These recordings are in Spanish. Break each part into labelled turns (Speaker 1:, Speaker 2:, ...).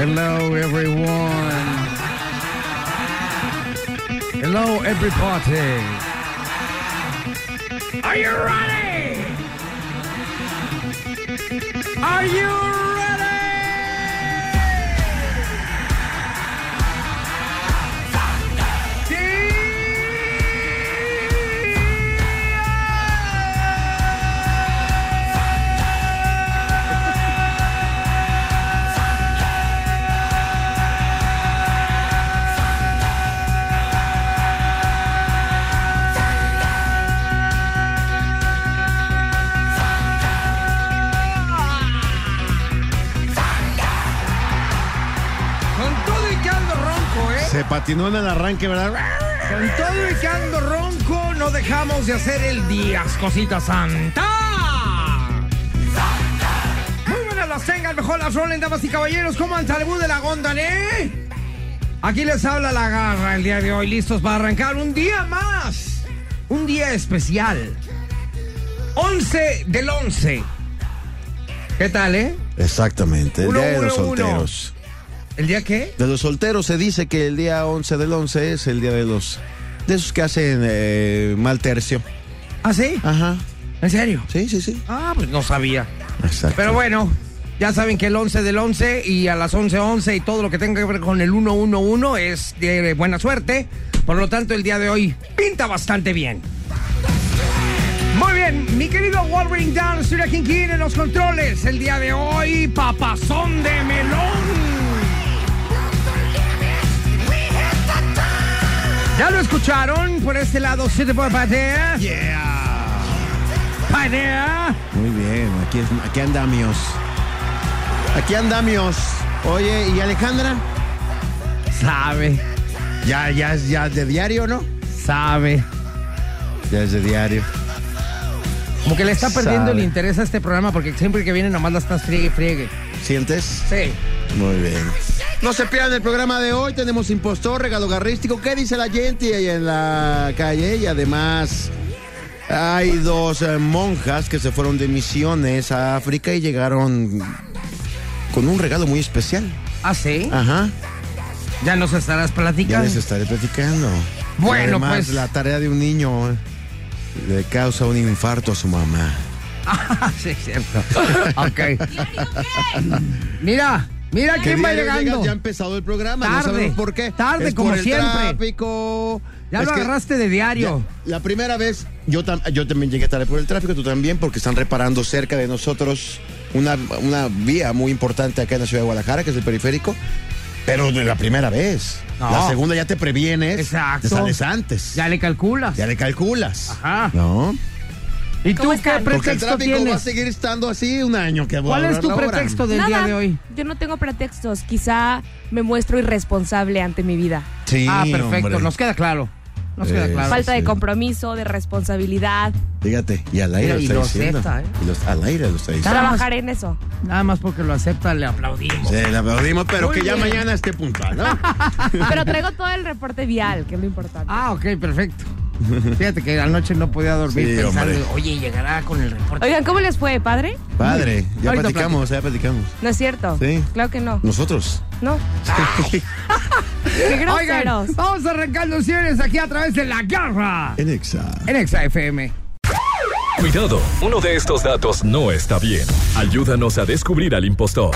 Speaker 1: Hello, everyone. Hello, everybody. Are you ready? Are you Con todo y que ando ronco, ¿eh?
Speaker 2: Se patinó en el arranque, ¿verdad?
Speaker 1: Con todo y que ando ronco, no dejamos de hacer el día, cosita santa. Muy buenas las tengan, mejor las rolen, damas y caballeros. ¿Cómo al talibú de la góndola, eh? Aquí les habla la garra el día de hoy, listos para arrancar un día más. Un día especial. 11 del 11. ¿Qué tal, eh?
Speaker 2: Exactamente, el
Speaker 1: Uno,
Speaker 2: día de
Speaker 1: uno,
Speaker 2: los
Speaker 1: uno.
Speaker 2: solteros.
Speaker 1: ¿El día qué?
Speaker 2: De los solteros se dice que el día 11 del 11 es el día de los. de esos que hacen eh, mal tercio.
Speaker 1: ¿Ah, sí?
Speaker 2: Ajá.
Speaker 1: ¿En serio?
Speaker 2: Sí, sí, sí.
Speaker 1: Ah, pues no sabía.
Speaker 2: Exacto.
Speaker 1: Pero bueno, ya saben que el 11 del 11 y a las 11.11 y todo lo que tenga que ver con el 111 es de buena suerte. Por lo tanto, el día de hoy pinta bastante bien. Muy bien, mi querido Wolverine Down, Surya King King en los controles. El día de hoy, papazón de melón. Ya lo escucharon por este lado, 7 por Patea.
Speaker 2: Yeah.
Speaker 1: Patea.
Speaker 2: Muy bien, aquí, es- aquí andamios. Aquí andamios. Oye, ¿y Alejandra?
Speaker 1: Sabe,
Speaker 2: Ya, ya, es- ya es de diario, ¿no?
Speaker 1: sabe.
Speaker 2: Ya es de diario.
Speaker 1: Como que le está perdiendo
Speaker 2: Sabe.
Speaker 1: el interés a este programa porque siempre que viene nomás la estás friegue y friegue.
Speaker 2: ¿Sientes?
Speaker 1: Sí.
Speaker 2: Muy bien. No se pierdan el programa de hoy. Tenemos impostor, regalo garrístico. ¿Qué dice la gente ahí en la calle? Y además, hay dos eh, monjas que se fueron de misiones a África y llegaron con un regalo muy especial.
Speaker 1: ¿Ah, sí?
Speaker 2: Ajá.
Speaker 1: Ya nos estarás
Speaker 2: Ya
Speaker 1: platicando.
Speaker 2: les estaré platicando.
Speaker 1: Bueno,
Speaker 2: Y además,
Speaker 1: pues.
Speaker 2: La tarea de un niño eh, le causa un infarto a su mamá.
Speaker 1: Ah, sí, es cierto. ok. Mira, mira quién va
Speaker 2: Que diario
Speaker 1: llegando.
Speaker 2: llegas, Ya ha empezado el programa,
Speaker 1: Tarde,
Speaker 2: no sabemos por qué.
Speaker 1: tarde,
Speaker 2: Es
Speaker 1: como
Speaker 2: por el
Speaker 1: siempre.
Speaker 2: tráfico.
Speaker 1: Ya
Speaker 2: Es
Speaker 1: lo
Speaker 2: que-
Speaker 1: agarraste de diario.
Speaker 2: Ya, la primera vez, yo, tam- yo también llegué tarde por el tráfico, tú también, porque están reparando cerca de nosotros una, una vía muy importante acá en la ciudad de Guadalajara, que es el periférico. Pero de la primera vez.
Speaker 1: No.
Speaker 2: La segunda ya te previenes.
Speaker 1: Exacto.
Speaker 2: Te sales antes.
Speaker 1: Ya le calculas.
Speaker 2: Ya le calculas.
Speaker 1: Ajá.
Speaker 2: ¿No?
Speaker 1: ¿Y tú
Speaker 3: ¿Cómo
Speaker 1: qué
Speaker 3: están?
Speaker 2: Porque el
Speaker 1: pretexto
Speaker 2: tráfico va a
Speaker 1: tienes?
Speaker 2: seguir estando así un año. Que va a
Speaker 1: ¿Cuál es
Speaker 2: durar
Speaker 1: tu
Speaker 2: la hora.
Speaker 1: pretexto del día de hoy?
Speaker 3: Yo no tengo pretextos. Quizá me muestro irresponsable ante mi vida.
Speaker 2: Sí,
Speaker 1: ah, perfecto.
Speaker 2: hombre.
Speaker 1: Nos queda claro. Nos queda
Speaker 2: Eh,
Speaker 1: claro.
Speaker 3: Falta
Speaker 2: sí.
Speaker 3: de compromiso, de responsabilidad.
Speaker 2: Fíjate, y al aire
Speaker 1: Mira,
Speaker 2: lo
Speaker 1: y
Speaker 2: está
Speaker 1: lo
Speaker 2: diciendo.
Speaker 1: acepta, ¿eh?
Speaker 2: Y los- al aire lo está diciendo.
Speaker 1: Nada más.
Speaker 3: Trabajar en eso.
Speaker 1: Nada más porque lo acepta, le aplaudimos.
Speaker 2: Sí, la aplaudimos, pero
Speaker 1: Muy
Speaker 2: que ya
Speaker 1: bien.
Speaker 2: mañana esté puntual, ¿no?
Speaker 3: Pero traigo todo el reporte vial, que es lo importante.
Speaker 1: Ah, ok, perfecto. Fíjate que anoche no podía dormir
Speaker 2: Sí,
Speaker 1: pensando,
Speaker 2: hombre.
Speaker 1: oye, llegará con el reporte.
Speaker 3: Oigan, ¿cómo les fue, padre?
Speaker 2: Padre, ya
Speaker 1: Ahorita
Speaker 2: platicamos, ya platicamos.
Speaker 3: No es cierto.
Speaker 2: Sí.
Speaker 3: Claro que no.
Speaker 2: Nosotros.
Speaker 3: No. Qué
Speaker 1: Oigan,
Speaker 3: groseros.
Speaker 1: vamos arrancando señores aquí a través de la garra
Speaker 2: En Exa.
Speaker 1: en Exa FM.
Speaker 4: Cuidado, uno de estos datos no está bien. Ayúdanos a descubrir al impostor.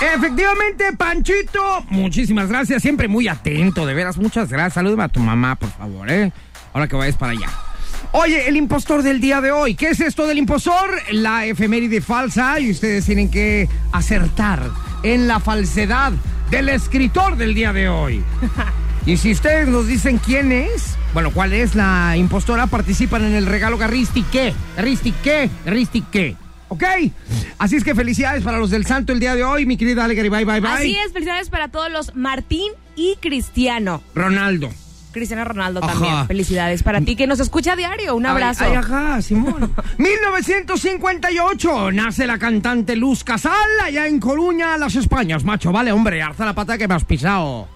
Speaker 1: Efectivamente, Panchito, muchísimas gracias, siempre muy atento, de veras, muchas gracias. Salúdame a tu mamá, por favor, ¿eh? Ahora que vayas para allá. Oye, el impostor del día de hoy. ¿Qué es esto del impostor? La efeméride falsa y ustedes tienen que acertar en la falsedad del escritor del día de hoy. Y si ustedes nos dicen quién es, bueno, cuál es la impostora, participan en el regalo Garristique. Garristique, Garristique. ¿Ok? Así es que felicidades para los del santo el día de hoy, mi querida Alegre. Bye, bye, bye.
Speaker 3: Así es, felicidades para todos los Martín y Cristiano.
Speaker 1: Ronaldo.
Speaker 3: Cristiano Ronaldo
Speaker 1: Ajá.
Speaker 3: también. Felicidades para ti que nos escucha a diario. Un abrazo.
Speaker 1: Ay, ay, ajá, Simón. 1958 nace la cantante Luz Casal allá en Coruña, las Españas. Macho, vale, hombre, alza la pata que me has pisado.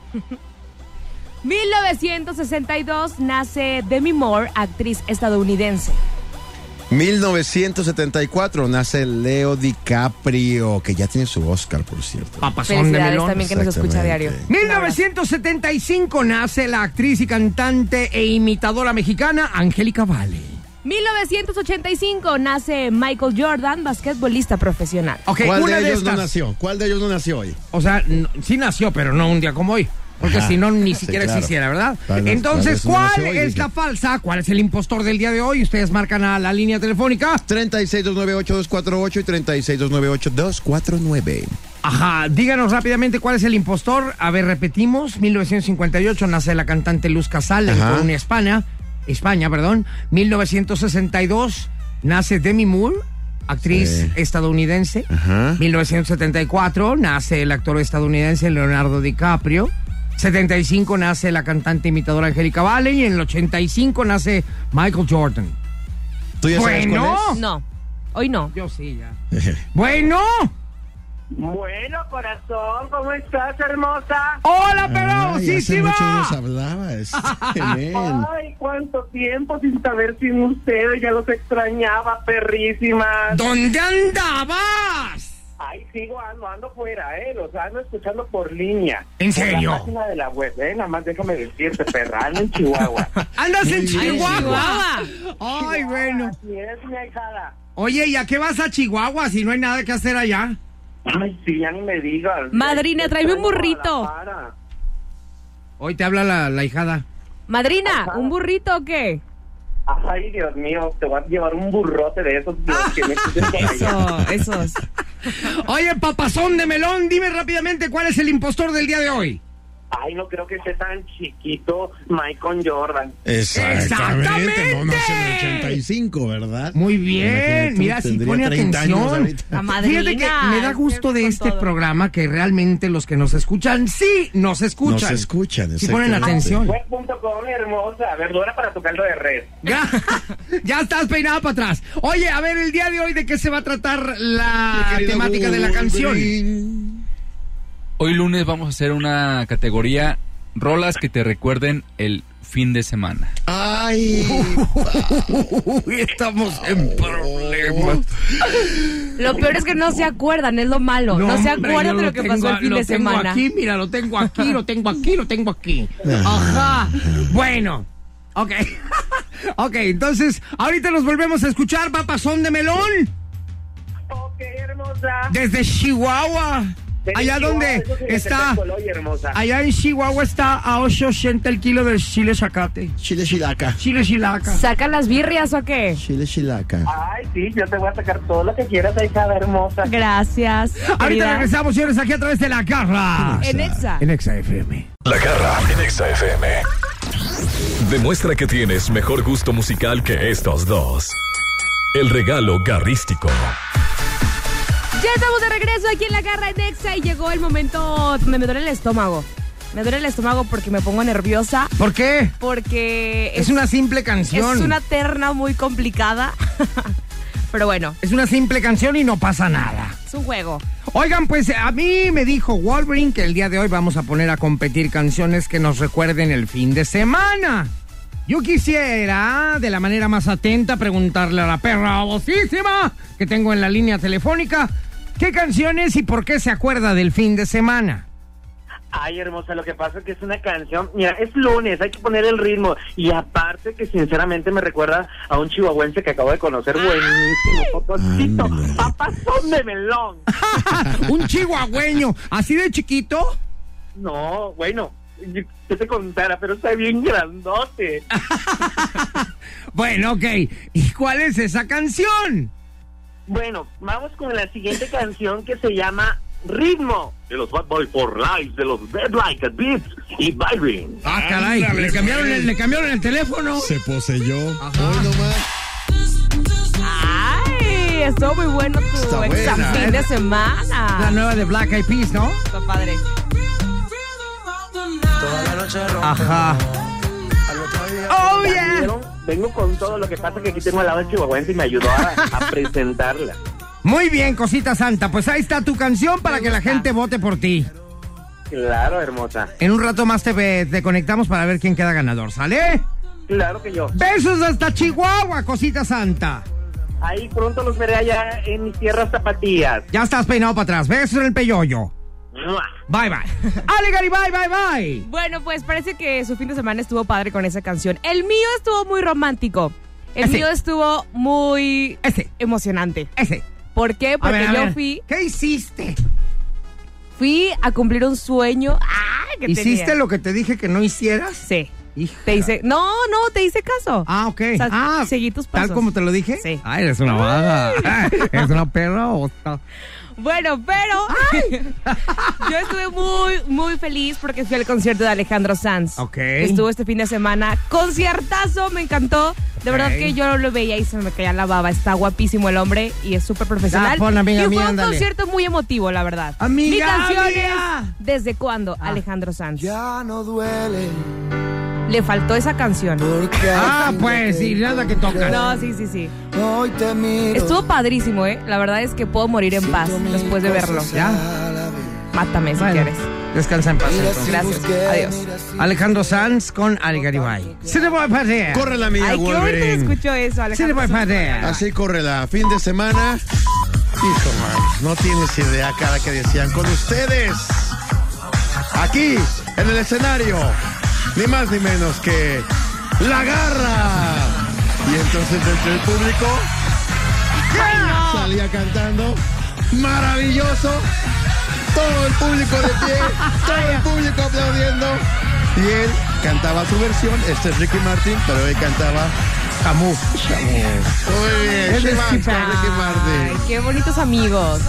Speaker 3: 1962 nace Demi Moore, actriz estadounidense.
Speaker 2: 1974 nace Leo DiCaprio, que ya tiene su Oscar, por cierto.
Speaker 1: Papazón de
Speaker 3: Felicidades
Speaker 1: melón.
Speaker 3: también que nos escucha a diario.
Speaker 2: Exactamente.
Speaker 1: 1975 nace la actriz y cantante e imitadora mexicana Angélica Vale.
Speaker 3: 1985 nace Michael Jordan, basquetbolista profesional.
Speaker 1: Ok,
Speaker 2: ¿Cuál
Speaker 1: una
Speaker 2: de
Speaker 1: de,
Speaker 2: ellos
Speaker 1: estas.
Speaker 2: no nació? ¿Cuál de ellos no nació hoy?
Speaker 1: O sea, n- sí nació, pero no un día como hoy. Porque
Speaker 2: Ajá.
Speaker 1: si no, ni
Speaker 2: Sí,
Speaker 1: siquiera
Speaker 2: claro.
Speaker 1: existiera, ¿verdad?
Speaker 2: Tal vez-
Speaker 1: Entonces,
Speaker 2: tal vez no
Speaker 1: ¿cuál
Speaker 2: nació hoy,
Speaker 1: es
Speaker 2: dije.
Speaker 1: la falsa? ¿Cuál es el impostor del día de hoy? Ustedes marcan a la línea telefónica.
Speaker 2: 36298-248 y 36298-249.
Speaker 1: Ajá, díganos rápidamente cuál es el impostor. A ver, repetimos. 1958 nace la cantante Luz Casal en
Speaker 2: Ajá.
Speaker 1: Coruña, España. España, perdón. 1962 nace Demi Moore, actriz
Speaker 2: Sí.
Speaker 1: estadounidense.
Speaker 2: Ajá.
Speaker 1: 1974 nace el actor estadounidense Leonardo DiCaprio. 75 nace la cantante imitadora Angélica Vale y en el 85 nace Michael Jordan.
Speaker 2: ¿Tú ya sabes
Speaker 1: Bueno.
Speaker 2: cuál es?
Speaker 3: No, hoy no.
Speaker 1: Yo sí, ya. bueno.
Speaker 5: Bueno, corazón, ¿cómo estás, hermosa?
Speaker 1: Hola,
Speaker 2: Ay, hace
Speaker 1: pelosísima.
Speaker 2: mucho no nos hablabas. Amén.
Speaker 5: Ay, cuánto tiempo sin saber sin ustedes, ya los extrañaba, perrísimas.
Speaker 1: ¿Dónde andabas?
Speaker 5: Ay, sigo ando, ando fuera, eh, los ando escuchando por línea.
Speaker 1: ¿En serio?
Speaker 5: Por la página de la web, eh, nada más déjame decirte, perra, ando en Chihuahua.
Speaker 1: Andas en
Speaker 2: Sí, en
Speaker 1: Chihuahua.
Speaker 3: Chihuahua.
Speaker 1: Ay, bueno.
Speaker 5: Así es, mi hijada.
Speaker 1: Oye, ¿y a qué vas a Chihuahua si no hay nada que hacer allá?
Speaker 5: Ay, sí, ya ni me digas.
Speaker 3: Madrina,
Speaker 5: Te
Speaker 3: tráeme un
Speaker 5: extraño a la
Speaker 3: burrito.
Speaker 5: para.
Speaker 1: Hoy te habla la, la hijada.
Speaker 3: Madrina, ¿un burrito o qué?
Speaker 5: Ay, Dios mío, te vas a llevar un burrote de esos de los que me piden por ahí.
Speaker 3: esos.
Speaker 1: Oye, papazón de melón, dime rápidamente cuál es el impostor del día de hoy.
Speaker 5: Ay, no creo que esté tan chiquito Michael Jordan.
Speaker 2: Exactamente. No nació en el
Speaker 1: Exactamente.
Speaker 2: 85, ¿verdad?
Speaker 1: Muy bien,
Speaker 2: Imagínate,
Speaker 1: mira, si
Speaker 2: tendría
Speaker 1: pone
Speaker 2: 30 años
Speaker 1: atención.
Speaker 2: ahorita.
Speaker 3: La madrina.
Speaker 1: Fíjate que me da gusto de
Speaker 3: Con
Speaker 1: este
Speaker 3: todo.
Speaker 1: programa que realmente los que nos escuchan, sí, nos escuchan.
Speaker 2: Nos escuchan,
Speaker 1: Si ponen
Speaker 2: exactamente.
Speaker 1: atención.
Speaker 5: Ah, Web.com, hermosa, verdura para tu caldo de red.
Speaker 1: Ya, ya estás peinada para atrás. Oye, a ver, el día de hoy, ¿de qué se va a tratar la
Speaker 2: Querido
Speaker 1: temática de la canción?
Speaker 2: Wolverine.
Speaker 6: Hoy lunes vamos a hacer una categoría rolas que te recuerden el fin de semana.
Speaker 2: Ay,
Speaker 1: Uy, estamos en problemas.
Speaker 3: Lo peor es que no se acuerdan, es lo malo. No, se
Speaker 1: hombre,
Speaker 3: acuerdan
Speaker 1: yo
Speaker 3: de lo que
Speaker 1: tengo-
Speaker 3: pasó el fin
Speaker 1: lo
Speaker 3: de
Speaker 1: tengo
Speaker 3: semana.
Speaker 1: Aquí, mira, lo tengo aquí, lo tengo aquí, lo tengo aquí. Ajá. Bueno, ok. ok, entonces, ahorita nos volvemos a escuchar, papazón de melón,
Speaker 5: Ok, hermosa.
Speaker 1: desde Chihuahua.
Speaker 5: Ven,
Speaker 1: Allá
Speaker 5: Chihuahua,
Speaker 1: donde
Speaker 5: eso sí me
Speaker 1: está,
Speaker 5: acerca el color, hermosa.
Speaker 1: allá en Chihuahua está a 880 el kilo del chile zacate.
Speaker 2: chile chilaca.
Speaker 1: Chile chilaca.
Speaker 3: ¿Saca las birrias o qué?
Speaker 2: Chile chilaca.
Speaker 5: Ay, sí, yo te voy a sacar todo lo que quieras, hija hermosa.
Speaker 3: Gracias.
Speaker 1: Ahorita
Speaker 3: querida.
Speaker 1: regresamos, señores, aquí a través de la garra.
Speaker 3: En Exa.
Speaker 1: En Exa FM.
Speaker 7: La garra en Exa FM.
Speaker 4: Demuestra que tienes mejor gusto musical que estos dos. El regalo garrístico.
Speaker 3: Ya estamos de regreso aquí en la garra en Exa y llegó el momento. Me, me duele el estómago. Me duele el estómago porque me pongo nerviosa.
Speaker 1: ¿Por qué?
Speaker 3: Porque
Speaker 1: Es una simple canción.
Speaker 3: es una terna muy complicada. Pero bueno,
Speaker 1: Es una simple canción y no pasa nada.
Speaker 3: es un juego.
Speaker 1: Oigan, pues a mí me dijo Wolverine que el día de hoy vamos a poner a competir canciones que nos recuerden el fin de semana. Yo quisiera, de la manera más atenta, preguntarle a la perra vocísima que tengo en la línea telefónica qué canciones y por qué se acuerda del fin de semana.
Speaker 5: Ay, hermosa, lo que pasa es que es una canción. Mira, es lunes, hay que poner el ritmo. Y aparte, que sinceramente me recuerda a un chihuahuense que acabo de conocer,
Speaker 1: Ah.
Speaker 5: buenísimo, potosito.
Speaker 2: Ándale.
Speaker 5: Papazón de melón.
Speaker 1: Un chihuahueño, así de chiquito.
Speaker 5: No, bueno, que te contara, pero está bien grandote.
Speaker 8: Bueno, ok. ¿Y cuál es esa canción?
Speaker 5: Bueno, vamos con la siguiente canción que se llama Ritmo. De los Bad Boy for Life, de los Dead Like a Beat y Byron.
Speaker 8: Ah, caray. Le cambiaron, el, le cambiaron el teléfono.
Speaker 9: Se poseyó.
Speaker 2: Hoy nomás.
Speaker 3: Ay, estuvo muy bueno tu
Speaker 2: Está
Speaker 3: extra
Speaker 2: buena,
Speaker 3: fin
Speaker 2: ¿eh?
Speaker 3: de semana.
Speaker 8: La nueva de Black Eyed Peas, ¿no?
Speaker 3: Está padre.
Speaker 8: Ajá. Oh, yeah.
Speaker 5: ¿Vieron? Vengo con todo lo que pasa que aquí tengo al lado de Chihuahuense y me ayudó a, a presentarla.
Speaker 8: Muy bien, cosita santa. Pues ahí está tu canción para que la gente vote por ti.
Speaker 5: Claro, hermosa.
Speaker 8: En un rato más te, ve- te conectamos para ver quién queda ganador, ¿sale?
Speaker 5: Claro que yo.
Speaker 8: Besos hasta Chihuahua, cosita santa.
Speaker 5: Ahí pronto los veré allá en mis tierras zapatillas.
Speaker 8: Ya estás peinado para atrás. Besos en el peyoyo.
Speaker 5: ¡Mua!
Speaker 8: Bye, bye. Ale, Gary, bye, bye, bye.
Speaker 3: Bueno, pues parece que su fin de semana estuvo padre con esa canción. El mío estuvo muy romántico. El
Speaker 8: Ese.
Speaker 3: mío estuvo muy
Speaker 8: Ese.
Speaker 3: emocionante.
Speaker 8: Ese.
Speaker 3: ¿Por qué?
Speaker 8: A
Speaker 3: Porque
Speaker 8: ver, a
Speaker 3: yo
Speaker 8: ver.
Speaker 3: fui
Speaker 8: ¿Qué hiciste?
Speaker 3: fui a cumplir un sueño. ¡Ah! Que
Speaker 8: ¿Hiciste
Speaker 3: tenía.
Speaker 8: lo que te dije que no hicieras?
Speaker 3: Sí.
Speaker 8: Hija.
Speaker 3: Te hice. No, no, te hice caso.
Speaker 8: Ah, ok.
Speaker 3: O sea,
Speaker 8: ah,
Speaker 3: seguí tus
Speaker 8: ¿Tal
Speaker 3: pasos.
Speaker 8: como te lo dije?
Speaker 3: Sí.
Speaker 8: Ah, eres una vaga. eres una perra o...
Speaker 3: Bueno, pero yo estuve muy, muy feliz porque fui al concierto de Alejandro Sanz.
Speaker 8: Ok.
Speaker 3: Estuvo este fin de semana. Conciertazo, me encantó. De verdad
Speaker 8: Ok.
Speaker 3: que yo lo veía y se me caía la baba. Está guapísimo el hombre y es súper profesional.
Speaker 8: Ya, Ah, pon, amiga
Speaker 3: y fue
Speaker 8: mía,
Speaker 3: un
Speaker 8: ándale.
Speaker 3: concierto muy emotivo, la verdad. Mi
Speaker 8: Amiga, Ah.
Speaker 3: canción
Speaker 8: amiga.
Speaker 3: es ¿Desde cuándo? Alejandro Sanz.
Speaker 9: Ya no duele.
Speaker 3: Le faltó esa canción.
Speaker 9: Porque
Speaker 8: Ah, pues, y nada que toca.
Speaker 3: No, sí, sí, sí.
Speaker 9: hoy te miro.
Speaker 3: Estuvo padrísimo, ¿eh? La verdad es que puedo morir en paz después de verlo.
Speaker 8: Ya.
Speaker 3: Mátame si
Speaker 8: Bueno,
Speaker 3: quieres.
Speaker 8: Descansa en paz. entonces.
Speaker 3: Gracias. Adiós.
Speaker 8: Alejandro Sanz con Ale Garibay. Se le va a patear.
Speaker 2: Corre la mía,
Speaker 3: Ay, qué bonito
Speaker 2: Wolverine.
Speaker 3: escuchó eso,
Speaker 8: Se le
Speaker 3: Alejandro.
Speaker 8: va a patear.
Speaker 2: Así corre la fin de semana. Hijo, man, no tienes idea cada que decían con ustedes. Aquí, en el escenario, ni más ni menos que la garra. Y entonces entre el público ¡ja! salía cantando. Maravilloso. Todo el público de pie, todo el público aplaudiendo. Y él cantaba su versión. Este es Ricky Martin, pero él cantaba
Speaker 8: Camus.
Speaker 2: muy bien,
Speaker 8: Es de
Speaker 2: Chivas,
Speaker 8: Chivas.
Speaker 2: con Ricky
Speaker 3: Ay,
Speaker 2: Martin.
Speaker 3: qué bonitos amigos.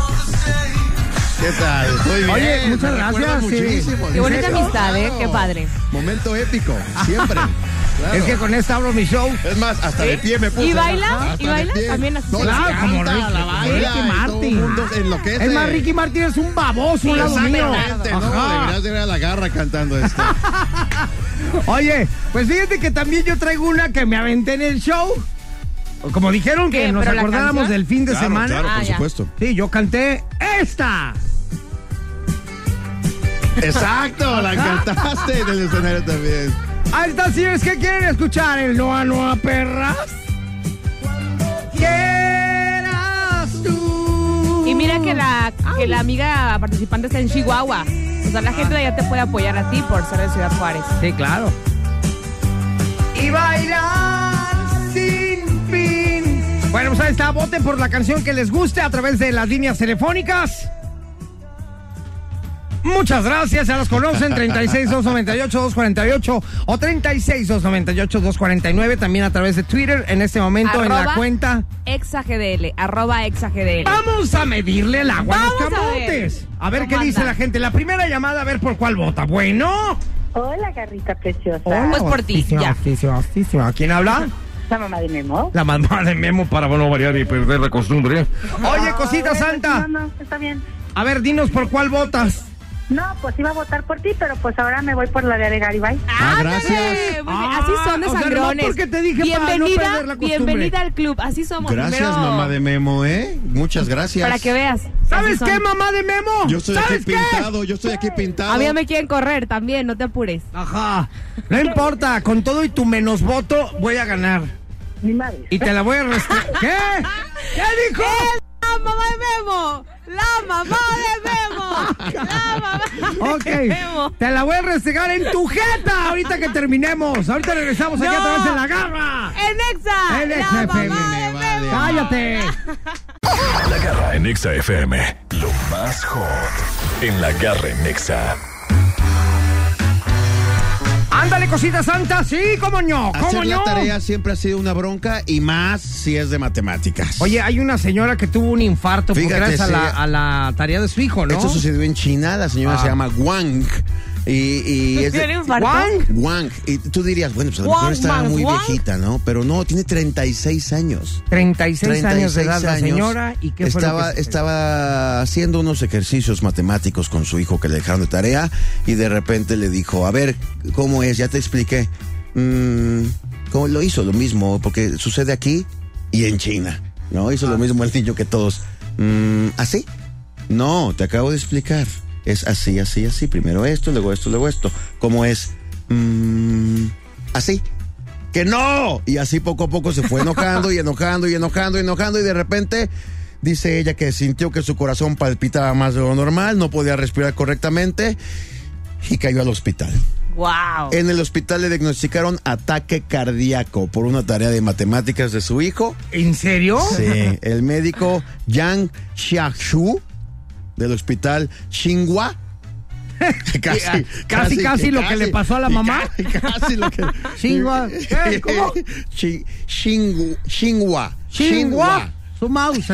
Speaker 2: ¿Qué tal? Muy bien.
Speaker 8: Oye, muchas
Speaker 2: me recuerda
Speaker 8: gracias, sí.
Speaker 2: muchísimo,
Speaker 3: Qué
Speaker 2: ¿en
Speaker 3: bonita
Speaker 2: serio?
Speaker 3: amistad, ¿eh?
Speaker 2: Claro.
Speaker 3: Qué padre.
Speaker 2: Momento épico, siempre. Claro.
Speaker 8: Es que con esta abro mi show.
Speaker 2: Es más, hasta de pie me puse.
Speaker 3: ¿Y baila?
Speaker 2: Hasta
Speaker 3: ¿Y
Speaker 2: de
Speaker 3: baila?
Speaker 2: pie.
Speaker 3: También así.
Speaker 2: No,
Speaker 3: Claro,
Speaker 2: la
Speaker 8: como
Speaker 2: canta,
Speaker 8: Ricky-
Speaker 2: la baila,
Speaker 8: Ricky
Speaker 2: y todo el
Speaker 8: Martin.
Speaker 2: mundo se enloquece.
Speaker 8: Es más, Ricky Martin es un baboso, un lado mío.
Speaker 2: Exactamente, no,
Speaker 8: Ajá. ¿Este
Speaker 2: deberías de ver a la garra cantando esto.
Speaker 8: Oye, pues fíjate que también yo traigo una que me aventé en el show. Como dijeron que
Speaker 3: ¿Qué?
Speaker 8: nos
Speaker 3: ¿Pero la
Speaker 8: acordáramos
Speaker 3: canción?
Speaker 8: del fin de
Speaker 2: Claro,
Speaker 8: semana.
Speaker 2: Claro,
Speaker 3: Ah,
Speaker 2: por
Speaker 3: ya.
Speaker 2: supuesto.
Speaker 8: Sí, yo canté esta.
Speaker 2: Exacto, la cantaste en el escenario también.
Speaker 8: Ahí está, señores, ¿qué quieren escuchar? ¿El Noa Noa Perras? Quieras tú.
Speaker 3: Y mira que la, que la amiga participante está en Chihuahua. O sea, la gente de allá te puede apoyar a ti por ser de Ciudad Juárez.
Speaker 8: Sí, claro. Y bailar sin fin. Bueno, pues ahí está, voten por la canción que les guste a través de las líneas telefónicas. Muchas gracias, ya las conocen, 36-298-248 o 36-298-249, también a través de Twitter en este momento en la
Speaker 3: Arroba
Speaker 8: cuenta.
Speaker 3: Exagdl, arroba exagdl.
Speaker 8: Vamos a medirle el agua a los
Speaker 3: Vamos a
Speaker 8: camotes.
Speaker 3: ver.
Speaker 8: A ver, qué
Speaker 3: ¿Cómo
Speaker 8: dice
Speaker 3: anda?
Speaker 8: la gente. La primera llamada, a ver por cuál vota. Bueno.
Speaker 1: Hola, garrita preciosa.
Speaker 3: Pues por ti,
Speaker 8: Hostísima,
Speaker 3: ya.
Speaker 8: hostísima, hostísima. ¿Quién habla?
Speaker 1: La mamá de Memo.
Speaker 8: La mamá de Memo para no variar y perder la costumbre. Oye, cosita
Speaker 1: Bueno,
Speaker 8: santa.
Speaker 1: No, no, está bien.
Speaker 8: A ver, dinos por cuál votas.
Speaker 1: No, pues iba a votar por ti, pero pues ahora me voy por la de Garibay.
Speaker 2: Ah, gracias.
Speaker 3: Ándale, muy bien. Así son de
Speaker 8: Ah, o sea,
Speaker 3: sangrones.
Speaker 8: nomás porque te dije para no
Speaker 3: bienvenida,
Speaker 8: perder la costumbre.
Speaker 3: bienvenida al club. Así somos.
Speaker 2: Gracias,
Speaker 3: primero,
Speaker 2: mamá de Memo, ¿eh? Muchas gracias.
Speaker 3: Para que veas.
Speaker 8: ¿Sabes
Speaker 3: Así
Speaker 8: qué,
Speaker 3: son.
Speaker 8: mamá de Memo?
Speaker 2: Yo estoy aquí
Speaker 8: ¿Sabes qué?
Speaker 2: pintado, yo estoy aquí pintado.
Speaker 3: A mí ya me quieren correr también, no te apures.
Speaker 8: Ajá. No importa, con todo y tu menos voto voy a ganar.
Speaker 1: Mi madre.
Speaker 8: Y te la voy a restar. ¿Qué? ¿Qué dijo?
Speaker 3: ¡La mamá de Memo! ¡La mamá
Speaker 8: Ah,
Speaker 3: de Memo! ¡La mamá de Memo!
Speaker 8: Ok, te la voy a restregar en tu jeta ahorita que terminemos. Ahorita regresamos aquí a
Speaker 3: No.
Speaker 8: través de la garra.
Speaker 3: ¡En Exa!
Speaker 8: En
Speaker 3: ¡La
Speaker 8: Exa
Speaker 3: mamá
Speaker 8: FM,
Speaker 3: de
Speaker 2: vale.
Speaker 3: Memo!
Speaker 8: Ah. ¡Cállate!
Speaker 4: La garra en Exa FM. Lo más hot en la garra en Exa.
Speaker 8: Ándale, cosita santa, sí, cómo no, cómo
Speaker 2: Hacer
Speaker 8: no.
Speaker 2: la tarea siempre ha sido una bronca y más si es de matemáticas.
Speaker 8: Oye, hay una señora que tuvo un infarto por
Speaker 2: Fíjate,
Speaker 8: gracias a
Speaker 2: sí.
Speaker 8: la, a la tarea de su hijo, ¿no?
Speaker 2: Esto sucedió en China, la señora
Speaker 8: Ah.
Speaker 2: se llama Wang. Y, y es de-
Speaker 3: ¿Tiene infarto?
Speaker 8: Juan,
Speaker 2: Wang. Y tú dirías, bueno, pues a lo
Speaker 3: Wang,
Speaker 2: mejor está
Speaker 3: Wang,
Speaker 2: muy
Speaker 3: Wang.
Speaker 2: viejita, ¿no? Pero no, tiene 36 años.
Speaker 8: 36, años de edad la
Speaker 2: 36 años,
Speaker 8: señora y qué fue lo
Speaker 2: estaba,
Speaker 8: que sucedió?
Speaker 2: estaba haciendo unos ejercicios matemáticos con su hijo que le dejaron de tarea y de repente le dijo, a ver, ¿cómo es? Ya te expliqué. Mm, ¿cómo lo hizo? Lo mismo, porque sucede aquí y en China, ¿no? Hizo
Speaker 8: Ah.
Speaker 2: lo mismo el niño que todos. Mm, ¿Así? No, te acabo de explicar. Es así, así, así. Primero esto, luego esto, luego esto. ¿Cómo es? Mm, así que no. Y así poco a poco se fue enojando y enojando y enojando y enojando y de repente dice ella que sintió que su corazón palpitaba más de lo normal, no podía respirar correctamente y cayó al hospital.
Speaker 3: ¡Wow!
Speaker 2: En el hospital le diagnosticaron ataque cardíaco por una tarea de matemáticas de su hijo.
Speaker 8: ¿En serio?
Speaker 2: Sí, el médico Yang Xiaxu del hospital Xinhua.
Speaker 8: Ah, Casi, casi lo que le pasó a la
Speaker 2: y
Speaker 8: mamá.
Speaker 2: ca- Casi lo que.
Speaker 8: Xinhua. ¿Qué? ¿Cómo?
Speaker 2: Chi- Xingu- Xinhua.
Speaker 8: Chingua, su mouse.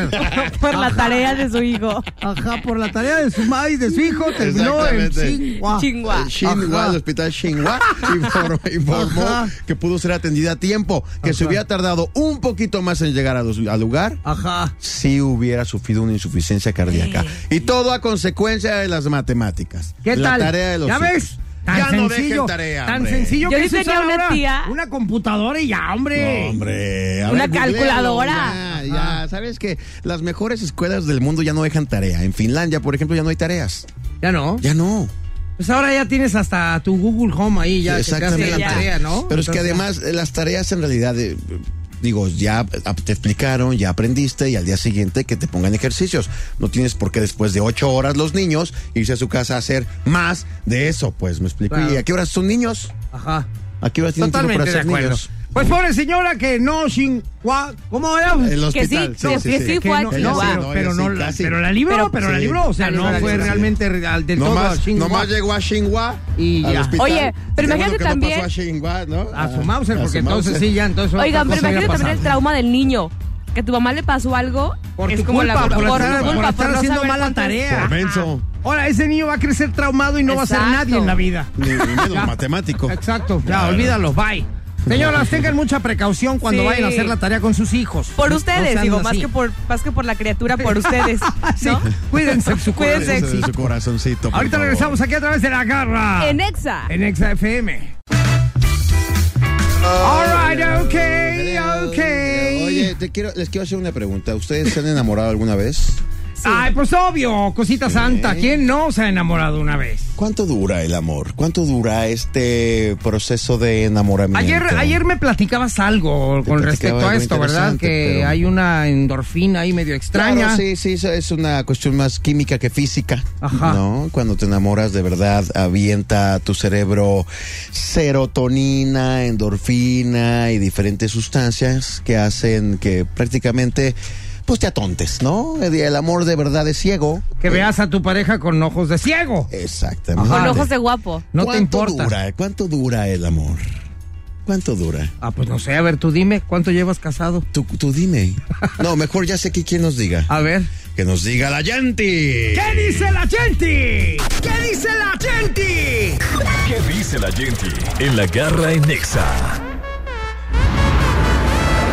Speaker 3: Por la tarea de su hijo.
Speaker 8: Ajá, por la tarea de su madre y de su hijo terminó en
Speaker 2: Exactamente.
Speaker 8: Chingua.
Speaker 3: Chingua.
Speaker 2: Xinhua,
Speaker 8: Ajá.
Speaker 2: el hospital Xinhua, informó, informó
Speaker 8: Ajá.
Speaker 2: que pudo ser atendida a tiempo, que se
Speaker 8: Ajá.
Speaker 2: hubiera tardado un poquito más en llegar a los- al lugar
Speaker 8: Ajá.
Speaker 2: si hubiera sufrido una insuficiencia cardíaca. Y todo a consecuencia de las matemáticas.
Speaker 8: ¿Qué
Speaker 2: la
Speaker 8: tal?
Speaker 2: tarea de los
Speaker 8: ¿Ya
Speaker 2: hijos.
Speaker 8: ves? Tan
Speaker 2: ya no
Speaker 8: sencillo,
Speaker 2: dejen tarea.
Speaker 8: tan
Speaker 2: hombre.
Speaker 8: sencillo
Speaker 3: Yo
Speaker 8: que
Speaker 3: sí
Speaker 8: es usar
Speaker 3: tenía una
Speaker 8: ahora
Speaker 3: tía.
Speaker 8: Una computadora y ya, hombre.
Speaker 2: No, hombre. a
Speaker 3: Una
Speaker 2: googlealo,
Speaker 3: calculadora.
Speaker 8: Ah.
Speaker 2: Ya, ya, sabes que las mejores escuelas del mundo ya no dejan tarea. En Finlandia, por ejemplo, ya no hay tareas.
Speaker 8: Ya no.
Speaker 2: Ya no.
Speaker 8: Pues ahora ya tienes hasta tu Google Home ahí ya. que te hace
Speaker 2: Exactamente.
Speaker 8: la tarea, ¿no?
Speaker 2: Pero es que
Speaker 8: Entonces,
Speaker 2: además eh, las tareas en realidad, eh, digo, ya eh, te explicaron, ya aprendiste y al día siguiente que te pongan ejercicios. No tienes por qué después de ocho horas los niños irse a su casa a hacer más de eso, pues me explico.
Speaker 8: Claro.
Speaker 2: ¿Y a qué horas son niños?
Speaker 8: Ajá.
Speaker 2: ¿A qué horas tienen tiempo
Speaker 8: Totalmente
Speaker 2: para
Speaker 8: de
Speaker 2: ser
Speaker 8: acuerdo.
Speaker 2: niños?
Speaker 8: Pues pobre señora que no, Chingua. ¿Cómo era?
Speaker 2: El
Speaker 3: Que sí,
Speaker 2: hospital.
Speaker 3: no, que sí
Speaker 8: Que
Speaker 3: fue
Speaker 8: no,
Speaker 3: a
Speaker 2: ella
Speaker 8: no,
Speaker 2: sí,
Speaker 3: Chihuahua.
Speaker 8: pero,
Speaker 2: no,
Speaker 8: pero
Speaker 2: ella
Speaker 8: no,
Speaker 2: sí,
Speaker 8: la-
Speaker 2: casi.
Speaker 8: pero la libró,
Speaker 3: Pero-
Speaker 8: pero la
Speaker 2: Sí.
Speaker 8: libró. O sea,
Speaker 3: La
Speaker 8: no
Speaker 3: libró, la
Speaker 8: fue
Speaker 3: libró.
Speaker 8: realmente re- al del todo a
Speaker 2: Nomás,
Speaker 8: Xinhua.
Speaker 2: nomás llegó a Xinhua
Speaker 8: Y
Speaker 2: al
Speaker 8: ya.
Speaker 2: hospital.
Speaker 3: Oye, pero
Speaker 2: Qué bueno
Speaker 3: imagínate
Speaker 2: que no
Speaker 3: también-
Speaker 2: pasó a Xinhua, ¿no?
Speaker 8: A su
Speaker 2: Ah,
Speaker 8: Mauser,
Speaker 2: a su
Speaker 8: porque entonces
Speaker 2: Mauser.
Speaker 8: sí, ya, entonces. otra
Speaker 3: Oigan, pero
Speaker 8: cosa hubiera
Speaker 3: imagínate también el
Speaker 8: pasado.
Speaker 3: trauma del niño. Que tu mamá le pasó algo.
Speaker 8: Por
Speaker 3: es
Speaker 8: tu
Speaker 3: como
Speaker 8: culpa,
Speaker 3: la
Speaker 8: por, estar,
Speaker 3: por tu
Speaker 8: por
Speaker 3: culpa,
Speaker 8: estar
Speaker 3: por no
Speaker 8: haciendo
Speaker 3: saber
Speaker 8: mala
Speaker 3: cuánto-
Speaker 8: tarea.
Speaker 2: Por menso.
Speaker 8: Ahora, ese niño va a crecer traumado y no va a ser
Speaker 3: Exacto.
Speaker 8: nadie en la vida.
Speaker 2: Ni- ni menos matemático.
Speaker 8: Exacto, ya, olvídalo, bye. Señoras, tengan mucha precaución cuando
Speaker 3: Sí.
Speaker 8: vayan a hacer la tarea con sus hijos.
Speaker 3: Ah, Por
Speaker 8: No
Speaker 3: ustedes,
Speaker 8: sean
Speaker 3: digo,
Speaker 8: así.
Speaker 3: más que, por, más que por la criatura, por ustedes.
Speaker 8: Sí,
Speaker 3: ¿no?
Speaker 8: cuídense su
Speaker 3: Cuídense.
Speaker 8: corazón.
Speaker 2: Eso de su corazoncito. por
Speaker 8: Ahorita
Speaker 2: favor.
Speaker 8: regresamos aquí a través de la garra.
Speaker 3: En Exa.
Speaker 8: Ah, En Exa FM.
Speaker 2: Oh,
Speaker 8: All right, okay, okay.
Speaker 2: Oye, te quiero, les quiero hacer una pregunta. ¿Ustedes se han enamorado alguna vez?
Speaker 3: Sí.
Speaker 8: Ay, pues obvio, cosita santa. ¿Quién no se ha enamorado una vez?
Speaker 2: ¿Cuánto dura el amor? ¿Cuánto dura este proceso de enamoramiento?
Speaker 8: Ayer, ayer me platicabas algo
Speaker 2: Te
Speaker 8: con
Speaker 2: platicaba
Speaker 8: respecto a
Speaker 2: algo
Speaker 8: esto, ¿verdad?
Speaker 2: interesante,
Speaker 8: Que
Speaker 2: pero-
Speaker 8: hay una endorfina ahí medio
Speaker 2: Claro,
Speaker 8: extraña.
Speaker 2: sí, sí, eso es una cuestión más química que física.
Speaker 8: Ajá.
Speaker 2: ¿No? Cuando te enamoras de verdad, avienta tu cerebro serotonina, endorfina y diferentes sustancias que hacen que prácticamente pues te atontes, ¿no? El- El amor de verdad es ciego.
Speaker 8: Que veas a tu pareja con ojos de ciego.
Speaker 2: Exactamente.
Speaker 8: Ajá.
Speaker 3: Con ojos de guapo.
Speaker 8: No te
Speaker 2: ¿Cuánto
Speaker 8: importa.
Speaker 2: Dura, ¿Cuánto dura el amor? ¿Cuánto dura?
Speaker 8: Ah, pues no sé, a ver, tú dime, ¿cuánto llevas casado?
Speaker 2: Tú, tú dime. No, mejor ya sé que quién nos diga.
Speaker 8: A ver.
Speaker 2: Que nos diga la gente.
Speaker 8: ¿Qué dice la gente? ¿Qué dice la gente?
Speaker 4: ¿Qué dice la gente en la garra en Exa?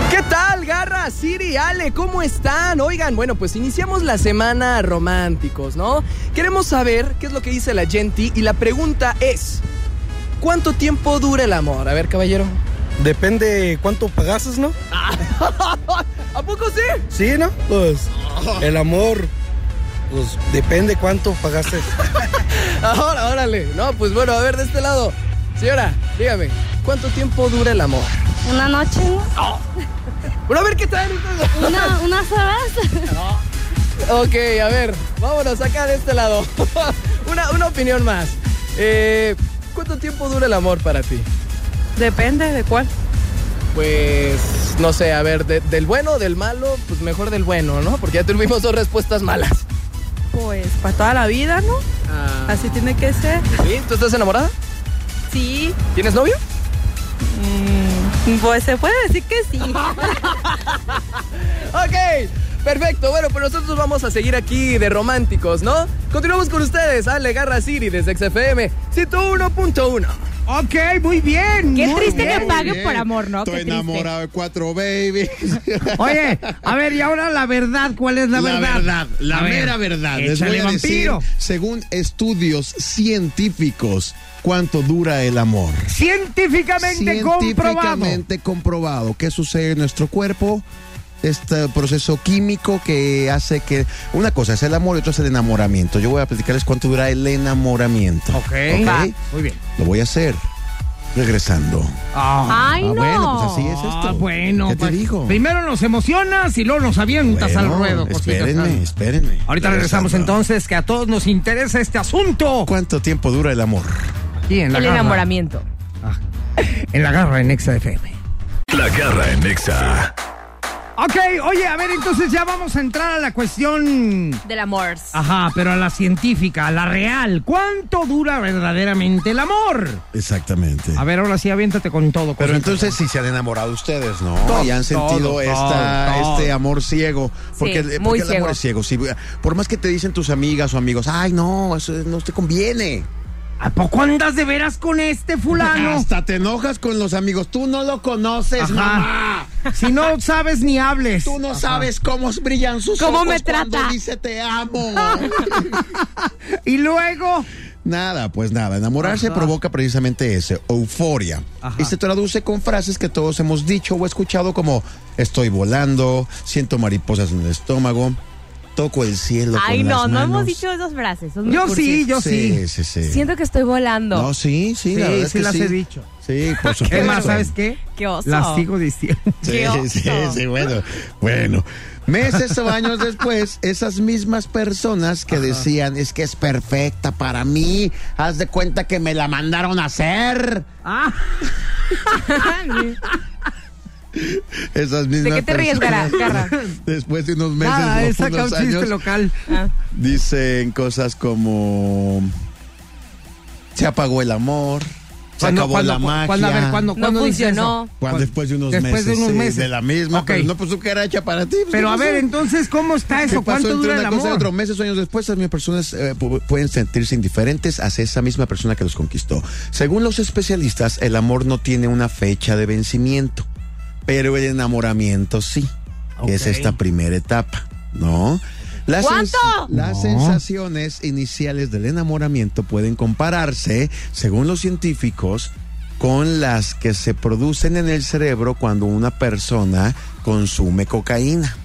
Speaker 1: ¿Qué tal, Garra, Siri, Ale? ¿Cómo están? Oigan, bueno, pues iniciamos la semana románticos, ¿no? Queremos saber qué es lo que dice la gente y la pregunta es, ¿cuánto tiempo dura el amor? A ver, caballero.
Speaker 10: Depende cuánto pagases, ¿no?
Speaker 1: ¿A poco sí?
Speaker 10: Sí, ¿no? Pues
Speaker 8: Oh.
Speaker 10: el amor, pues depende cuánto pagaste.
Speaker 1: Ahora, órale. No, pues bueno, a ver, de este lado. Señora, dígame, ¿cuánto tiempo dura el amor?
Speaker 11: Una noche, ¿no?
Speaker 1: Bueno, a ver, ¿qué tal?
Speaker 11: Una, unas horas.
Speaker 1: Ok, a ver, vámonos acá de este lado. una, una opinión más. Eh, ¿Cuánto tiempo dura el amor para ti?
Speaker 3: Depende de cuál.
Speaker 1: Pues no sé, a ver, de- del bueno, del malo, pues mejor del bueno, ¿no? Porque ya tuvimos dos respuestas malas.
Speaker 3: Pues para toda la vida, ¿no?
Speaker 1: Ah,
Speaker 3: tiene que ser.
Speaker 1: ¿Sí? ¿Tú estás enamorada?
Speaker 12: Sí.
Speaker 1: ¿Tienes novio?
Speaker 3: Mm,
Speaker 12: Pues se puede decir que sí.
Speaker 1: ok, perfecto. Bueno, pues nosotros vamos a seguir aquí de románticos, ¿no? Continuamos con ustedes, Ale Garra Siri desde XFM, 101.1.
Speaker 8: Ok, muy bien.
Speaker 3: Qué
Speaker 1: muy
Speaker 3: triste
Speaker 1: bien,
Speaker 3: que
Speaker 1: muy
Speaker 3: paguen
Speaker 1: bien.
Speaker 3: por amor, ¿no? Qué
Speaker 2: Estoy
Speaker 3: triste.
Speaker 2: enamorado de cuatro babies.
Speaker 8: Oye, a ver, y ahora la verdad, ¿cuál es la verdad?
Speaker 2: la
Speaker 8: A ver,
Speaker 2: mera verdad. Les voy
Speaker 8: échale,
Speaker 2: a decir,
Speaker 8: vampiro.
Speaker 2: según estudios científicos, cuánto dura el amor.
Speaker 8: Científicamente comprobado.
Speaker 2: Científicamente comprobado. ¿Qué sucede en nuestro cuerpo? Este proceso químico que hace que. Una cosa es el amor y otra es el enamoramiento. Yo voy a platicarles cuánto dura el enamoramiento.
Speaker 8: Ok.
Speaker 2: ¿Ok?
Speaker 8: Va, Muy bien.
Speaker 2: Lo voy a hacer regresando.
Speaker 8: Ah.
Speaker 3: Ay,
Speaker 2: Ah,
Speaker 3: no.
Speaker 2: bueno, pues así es esto.
Speaker 8: Ah, bueno,
Speaker 2: ¿Qué te
Speaker 8: pues,
Speaker 2: digo?
Speaker 8: primero nos emocionas y luego nos avientas
Speaker 2: Bueno,
Speaker 8: al ruedo. cositas
Speaker 2: Espérenme,
Speaker 8: así.
Speaker 2: espérenme.
Speaker 8: Ahorita regresamos entonces, que a todos nos interesa este asunto.
Speaker 2: ¿Cuánto tiempo dura el amor?
Speaker 8: Aquí en la
Speaker 3: El
Speaker 8: garra.
Speaker 3: enamoramiento.
Speaker 8: En la garra en Exa FM.
Speaker 4: La garra en Nexa.
Speaker 8: Ok, oye, a ver, entonces ya vamos a entrar a la cuestión.
Speaker 3: Del amor.
Speaker 8: Ajá, pero a la científica, a la real. ¿Cuánto dura verdaderamente el amor?
Speaker 2: Exactamente.
Speaker 8: A ver, ahora sí, aviéntate con todo.
Speaker 2: Pero
Speaker 8: cosita.
Speaker 2: entonces si se han enamorado ustedes, ¿no?
Speaker 8: Todo,
Speaker 2: y han sentido
Speaker 8: todo,
Speaker 2: esta,
Speaker 8: todo, todo.
Speaker 2: este amor ciego. Porque,
Speaker 3: Sí,
Speaker 2: porque
Speaker 3: muy
Speaker 2: el amor es ciego. Si- por más que te dicen tus amigas o amigos, ay, no, eso no te conviene.
Speaker 8: ¿A poco andas de veras con este fulano?
Speaker 2: Hasta te enojas con los amigos. Tú no lo conoces,
Speaker 8: Ajá.
Speaker 2: mamá.
Speaker 8: Si no sabes ni hables.
Speaker 2: Tú no sabes cómo brillan sus
Speaker 3: ¿Cómo
Speaker 2: ojos
Speaker 3: me
Speaker 2: cuando
Speaker 3: trata?
Speaker 2: dice te amo.
Speaker 8: Y luego.
Speaker 2: Nada, pues nada. Enamorarse
Speaker 8: Ajá.
Speaker 2: provoca precisamente ese, euforia.
Speaker 8: Ajá.
Speaker 2: Y se traduce con frases que todos hemos dicho o escuchado como estoy volando, siento mariposas en el estómago, toco el cielo.
Speaker 3: Ay,
Speaker 2: con
Speaker 3: no,
Speaker 2: las
Speaker 3: no hemos
Speaker 2: manos".
Speaker 3: dicho esas frases. son muy
Speaker 8: Yo
Speaker 3: cursis.
Speaker 8: sí, yo sí.
Speaker 2: Sí, sí, sí.
Speaker 3: Siento que estoy volando.
Speaker 2: No, sí,
Speaker 8: Sí,
Speaker 2: sí, la verdad es
Speaker 8: sí
Speaker 2: que
Speaker 8: las
Speaker 2: sí.
Speaker 8: he dicho.
Speaker 2: Sí, por supuesto.
Speaker 8: Es más, ¿sabes qué?
Speaker 3: Qué oso.
Speaker 8: Las sigo diciendo.
Speaker 2: Sí,
Speaker 3: Qué
Speaker 2: sí,
Speaker 3: oso.
Speaker 2: sí, bueno, bueno. Meses o años después, esas mismas personas que decían, es que es perfecta para mí, haz de cuenta que me la mandaron a hacer.
Speaker 8: Ah,
Speaker 2: Esas mismas
Speaker 3: ¿De qué te ríes, Gara?
Speaker 2: personas,
Speaker 3: Garra?
Speaker 2: Después de unos meses
Speaker 8: nada,
Speaker 2: o
Speaker 8: he sacado un
Speaker 2: unos
Speaker 8: chiste
Speaker 2: años,
Speaker 8: local.
Speaker 2: dicen cosas como, se apagó el amor, se
Speaker 8: Cuando-
Speaker 2: acabó
Speaker 8: cuando-
Speaker 2: la
Speaker 8: cuando-
Speaker 2: magia.
Speaker 8: cuando- a ver, cuando-
Speaker 3: No
Speaker 8: cuando dice
Speaker 3: funcionó.
Speaker 8: eso.
Speaker 2: Cuando después de unos
Speaker 8: Después
Speaker 2: meses,
Speaker 8: de unos
Speaker 2: sí,
Speaker 8: meses.
Speaker 2: de la misma,
Speaker 8: Ok.
Speaker 2: pero no pues tú que era hecha para ti. pues,
Speaker 8: Pero
Speaker 2: ¿qué
Speaker 8: a ver,
Speaker 2: pasó?
Speaker 8: entonces, ¿cómo está
Speaker 2: ¿Qué
Speaker 8: eso?
Speaker 2: pasó
Speaker 8: ¿Cuánto
Speaker 2: entre
Speaker 8: dura el
Speaker 2: una cosa y otro?
Speaker 8: amor?
Speaker 2: Meses o años después, las mismas personas eh, pu- pueden sentirse indiferentes hacia esa misma persona que los conquistó. Según los especialistas, el amor no tiene una fecha de vencimiento, pero el enamoramiento sí. que Es
Speaker 8: Ok.
Speaker 2: esta primera etapa, ¿no? Las
Speaker 3: ¿Cuánto?
Speaker 2: sens- Las
Speaker 8: No.
Speaker 2: sensaciones iniciales del enamoramiento pueden compararse, según los científicos, con las que se producen en el cerebro cuando una persona consume cocaína.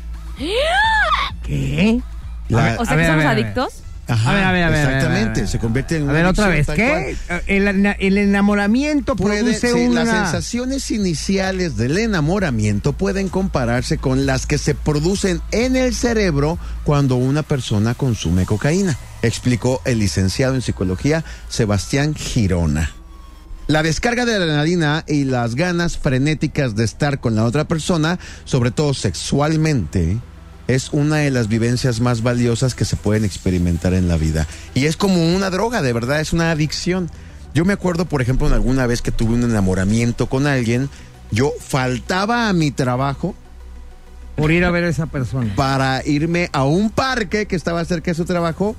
Speaker 8: ¿Qué?
Speaker 2: La-
Speaker 8: A ver,
Speaker 3: O sea
Speaker 8: A
Speaker 3: que
Speaker 8: a
Speaker 3: somos
Speaker 8: a
Speaker 3: adictos.
Speaker 2: Ajá,
Speaker 8: A ver, a ver, a ver,
Speaker 2: Exactamente,
Speaker 8: a ver, a ver.
Speaker 2: se convierte en
Speaker 8: A
Speaker 2: una
Speaker 8: ver, otra vez,
Speaker 2: adicción tal
Speaker 8: ¿qué? El, el enamoramiento
Speaker 2: cual. Puede-
Speaker 8: produce
Speaker 2: sí,
Speaker 8: una...
Speaker 2: Las sensaciones iniciales del enamoramiento pueden compararse con las que se producen en el cerebro cuando una persona consume cocaína, explicó el licenciado en psicología Sebastián Girona. La descarga de adrenalina y las ganas frenéticas de estar con la otra persona, sobre todo sexualmente, es una de las vivencias más valiosas que se pueden experimentar en la vida. Y es como una droga, de verdad, es una adicción. Yo me acuerdo, por ejemplo, en alguna vez que tuve un enamoramiento con alguien, yo faltaba a mi trabajo
Speaker 8: Por ir a ver a esa persona.
Speaker 2: para irme a un parque que estaba cerca de su trabajo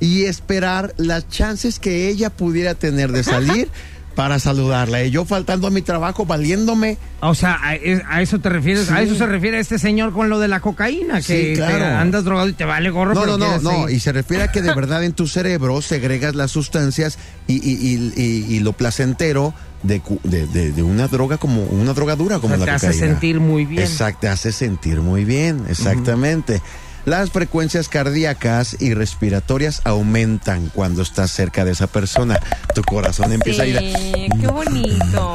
Speaker 2: y esperar las chances que ella pudiera tener de salir para saludarla. Y yo faltando a mi trabajo, valiéndome.
Speaker 8: O sea, a, es- a eso te refieres, a
Speaker 2: Sí.
Speaker 8: eso se refiere este señor con lo de la cocaína, que
Speaker 2: Sí, claro.
Speaker 8: te andas drogado y te vale gorro.
Speaker 2: No,
Speaker 8: pero
Speaker 2: no, no,
Speaker 8: quieres
Speaker 2: no.
Speaker 8: seguir.
Speaker 2: Y se refiere a que de verdad en tu cerebro segregas las sustancias y, y- y- y- y lo placentero de, cu- de- de- de una droga como una droga dura
Speaker 8: O
Speaker 2: como
Speaker 8: sea, te
Speaker 2: la cocaína.
Speaker 8: hace sentir muy bien.
Speaker 2: Exacto, te hace sentir muy bien, exactamente. Las frecuencias cardíacas y respiratorias aumentan cuando estás cerca de esa persona. Tu corazón empieza a ir
Speaker 3: Sí, qué bonito.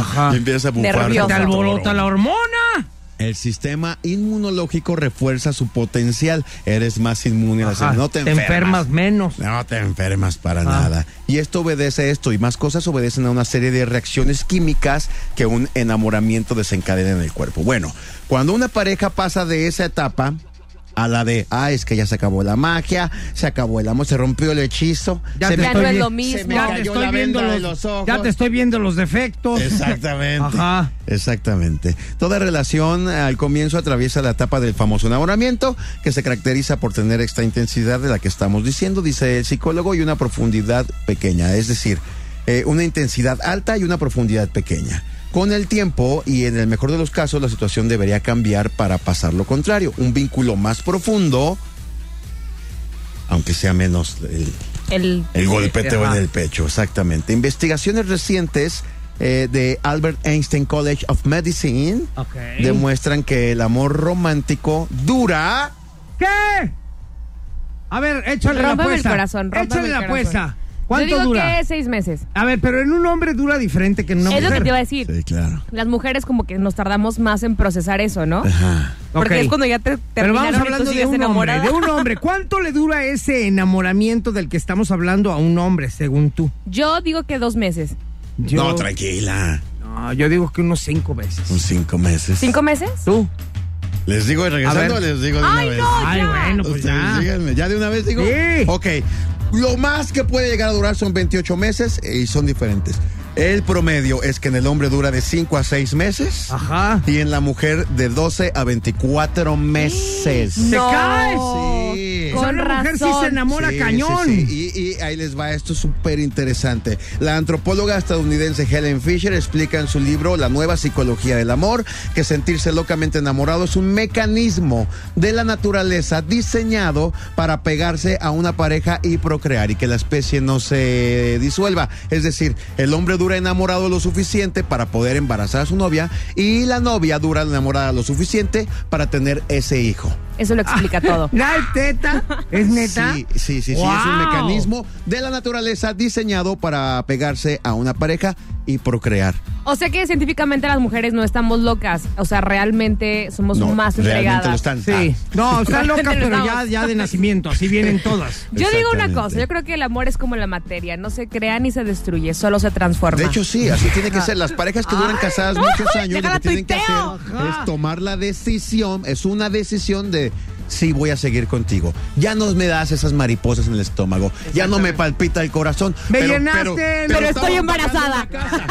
Speaker 8: Ajá.
Speaker 2: a, y empiezas a bufar.
Speaker 3: Nervioso.
Speaker 8: Te alborota la hormona.
Speaker 2: El sistema inmunológico refuerza su potencial. Eres más inmune a las
Speaker 8: Ajá,
Speaker 2: No te enfermas.
Speaker 8: menos.
Speaker 2: No te enfermas para nada. Y esto obedece a esto y más cosas obedecen a una serie de reacciones químicas que un enamoramiento desencadena en el cuerpo. Bueno, cuando una pareja pasa de esa etapa, a la de, ah, es que ya se acabó la magia, se acabó el amor, se rompió el hechizo. se me cayó- se me
Speaker 8: Ya te
Speaker 2: cayó
Speaker 8: estoy
Speaker 2: la
Speaker 8: viendo
Speaker 2: venda de
Speaker 8: los,
Speaker 2: ojos.
Speaker 8: ya te estoy viendo los defectos.
Speaker 2: Exactamente.
Speaker 8: Ajá.
Speaker 2: Exactamente. Toda relación eh, al comienzo atraviesa la etapa del famoso enamoramiento, que se caracteriza por tener esta intensidad de la que estamos diciendo, dice el psicólogo, y una profundidad pequeña. Es decir, eh, una intensidad alta y una profundidad pequeña. Con el tiempo y en el mejor de los casos, la situación debería cambiar para pasar lo contrario. Un vínculo más profundo, aunque sea menos el,
Speaker 3: El,
Speaker 2: el golpeteo
Speaker 3: Ajá.
Speaker 2: en el pecho, exactamente. Investigaciones recientes eh, de Albert Einstein College of Medicine demuestran que el amor romántico dura.
Speaker 8: ¿Qué? A ver, échale la
Speaker 3: Rómpeme el
Speaker 8: apuesta.
Speaker 3: corazón, rómpeme
Speaker 8: échale
Speaker 3: el
Speaker 8: la
Speaker 3: corazón.
Speaker 8: apuesta.
Speaker 3: Yo
Speaker 8: ¿Cuánto
Speaker 3: digo
Speaker 8: dura?
Speaker 3: que seis meses.
Speaker 8: A ver, pero en un hombre dura diferente que en una
Speaker 3: es
Speaker 8: mujer.
Speaker 3: lo que te iba a decir.
Speaker 2: claro.
Speaker 3: Las mujeres como que nos tardamos más en procesar eso, ¿no? Porque
Speaker 8: Ok.
Speaker 3: es cuando ya te
Speaker 8: Pero vamos
Speaker 3: terminaron y tú
Speaker 8: hablando de
Speaker 3: sigues
Speaker 8: un
Speaker 3: enamorada.
Speaker 8: hombre, de un hombre. ¿Cuánto le dura ese enamoramiento del que estamos hablando a un hombre, según tú?
Speaker 3: Yo digo que dos meses.
Speaker 8: Yo-
Speaker 2: No, tranquila.
Speaker 8: No, yo digo que unos cinco veces.
Speaker 2: Unos cinco meses.
Speaker 3: ¿Cinco meses?
Speaker 8: ¿Tú?
Speaker 2: Les digo y regresando,
Speaker 8: A ver.
Speaker 2: les digo de
Speaker 3: Ay,
Speaker 2: una
Speaker 3: no,
Speaker 2: vez.
Speaker 3: Ay, ya. bueno,
Speaker 8: pues
Speaker 2: Ustedes
Speaker 8: ya.
Speaker 2: díganme, ¿ya de una vez digo.
Speaker 8: Sí.
Speaker 2: Ok. Lo más que puede llegar a durar son 28 meses eh, y son diferentes. El promedio es que en el hombre dura de 5 a 6 meses
Speaker 8: Ajá.
Speaker 2: y en la mujer de 12 a 24 meses.
Speaker 8: ¡Se
Speaker 3: No.
Speaker 8: cae!
Speaker 2: Sí.
Speaker 8: O sea,
Speaker 3: Con
Speaker 8: una mujer sí se
Speaker 3: razón.
Speaker 8: enamora
Speaker 2: Sí,
Speaker 8: cañón.
Speaker 2: sí, sí. Y, y ahí les va esto súper interesante. La antropóloga estadounidense Helen Fisher explica en su libro La nueva psicología del amor que sentirse locamente enamorado es un mecanismo de la naturaleza diseñado para pegarse a una pareja y procrear y que la especie no se disuelva. Es decir, el hombre dura enamorado lo suficiente para poder embarazar a su novia y la novia dura enamorada lo suficiente para tener ese hijo.
Speaker 3: Eso lo
Speaker 8: Ah.
Speaker 3: explica todo.
Speaker 8: ¿La es teta? ¿Es neta?
Speaker 2: Sí, sí, sí, sí, es un
Speaker 8: ¡Wow!
Speaker 2: mecanismo de la naturaleza diseñado para pegarse a una pareja y procrear.
Speaker 3: O sea que científicamente las mujeres no estamos locas. O sea, realmente somos
Speaker 2: No,
Speaker 3: más
Speaker 2: realmente lo
Speaker 3: entregadas.
Speaker 2: están.
Speaker 8: Sí. No, están locas,
Speaker 3: Realmente
Speaker 8: pero
Speaker 3: lo
Speaker 8: ya,
Speaker 3: estamos.
Speaker 8: ya de nacimiento. Así vienen todas.
Speaker 3: Yo digo una
Speaker 2: Exactamente.
Speaker 3: cosa, yo creo que el amor es como la materia, no se crea ni se destruye, solo se transforma.
Speaker 2: Ah, De hecho, sí, así tiene que ser. Las parejas que duran casadas muchos años, lo
Speaker 3: déjala
Speaker 2: que tienen que
Speaker 3: tuiteo.
Speaker 2: hacer es tomar la decisión, es una decisión de sí voy a seguir contigo. Ya no me das esas mariposas en el estómago, ya no me palpita el corazón.
Speaker 8: Me llenaste, pero
Speaker 3: estoy
Speaker 2: estamos pagando
Speaker 3: embarazada.
Speaker 2: una casa.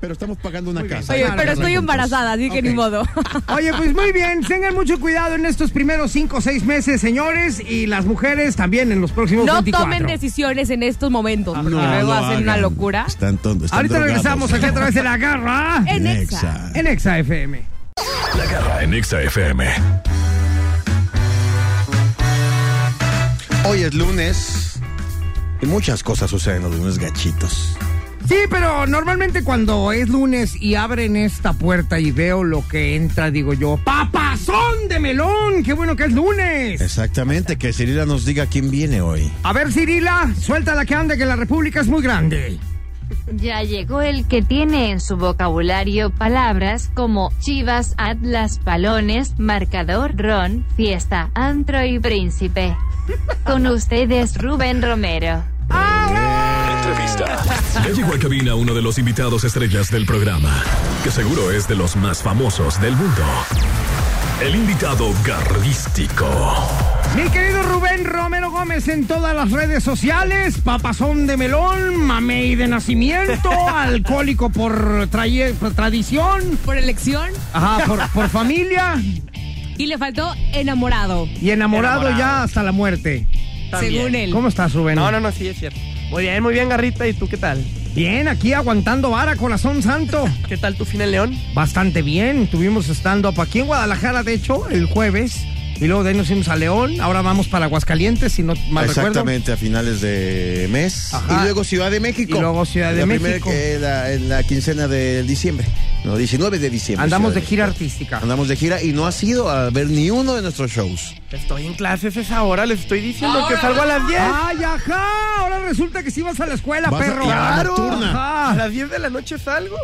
Speaker 2: Pero estamos pagando una casa.
Speaker 3: Oye, pero estoy
Speaker 2: Juntos.
Speaker 3: embarazada, así que ni
Speaker 2: Ok.
Speaker 3: modo.
Speaker 8: Oye, pues muy bien, tengan mucho cuidado en estos primeros 5 o 6 meses, señores, y las mujeres también en los próximos
Speaker 3: No
Speaker 8: 24.
Speaker 3: tomen decisiones en estos momentos, porque
Speaker 2: No
Speaker 3: luego
Speaker 2: lo
Speaker 3: hacen una
Speaker 2: hagan.
Speaker 3: locura.
Speaker 2: Están tontos. están
Speaker 8: Ahorita
Speaker 2: drogados.
Speaker 8: regresamos aquí a través de la garra
Speaker 3: En Exa.
Speaker 2: Exa.
Speaker 8: en Exa FM.
Speaker 4: La garra en Exa FM.
Speaker 2: Hoy es lunes y muchas cosas suceden los lunes gachitos.
Speaker 8: Sí, pero normalmente cuando es lunes y abren esta puerta y veo lo que entra, digo yo, ¡papazón de melón! ¡Qué bueno que es lunes!
Speaker 2: Exactamente, que Cirila nos diga quién viene hoy.
Speaker 8: A ver, Cirila, suelta la que anda, que la República es muy grande.
Speaker 13: Ya llegó el que tiene en su vocabulario palabras como chivas, atlas, palones, marcador, ron, fiesta, antro y príncipe. Con ustedes Rubén Romero.
Speaker 4: Entrevista. Ya llegó a cabina uno de los invitados estrellas del programa, que seguro es de los más famosos del mundo. El invitado garrístico.
Speaker 8: Mi querido Rubén Romero Gómez en todas las redes sociales, papazón de melón, mamey de nacimiento, alcohólico por, traye- por tradición,
Speaker 3: Por elección
Speaker 8: ajá, por, por familia
Speaker 3: y le faltó enamorado,
Speaker 8: y enamorado, ya hasta la muerte.
Speaker 1: También.
Speaker 3: según él.
Speaker 8: ¿Cómo estás, Rubén?
Speaker 1: No, no, no, sí, es cierto. Muy bien, muy bien, Garrita. ¿Y tú qué tal?
Speaker 8: Bien, aquí aguantando vara, corazón santo.
Speaker 1: ¿Qué tal tu fin en León?
Speaker 8: Bastante bien, tuvimos stand-up aquí en Guadalajara, de hecho, el jueves. Y luego de ahí nos fuimos a León, ahora vamos para Aguascalientes, si no mal recuerdo.
Speaker 2: Exactamente, a finales de mes.
Speaker 8: Ajá.
Speaker 2: Y luego Ciudad de México.
Speaker 8: Y luego Ciudad de
Speaker 2: La primera
Speaker 8: México.
Speaker 2: que- la- en la quincena de diciembre. No, 19 de diciembre.
Speaker 8: Andamos de
Speaker 2: Ciudad
Speaker 8: gira
Speaker 2: México.
Speaker 8: artística.
Speaker 2: Andamos de gira y no has ido a ver ni uno de nuestros shows.
Speaker 1: Estoy en clases esa hora, les estoy diciendo que salgo a las 10.
Speaker 8: ¡Ay, ajá! Ahora resulta que sí vas a la escuela,
Speaker 2: Vas a-
Speaker 8: perro.
Speaker 2: y a la nocturna.
Speaker 8: Ajá.
Speaker 1: A las 10 de la noche salgo.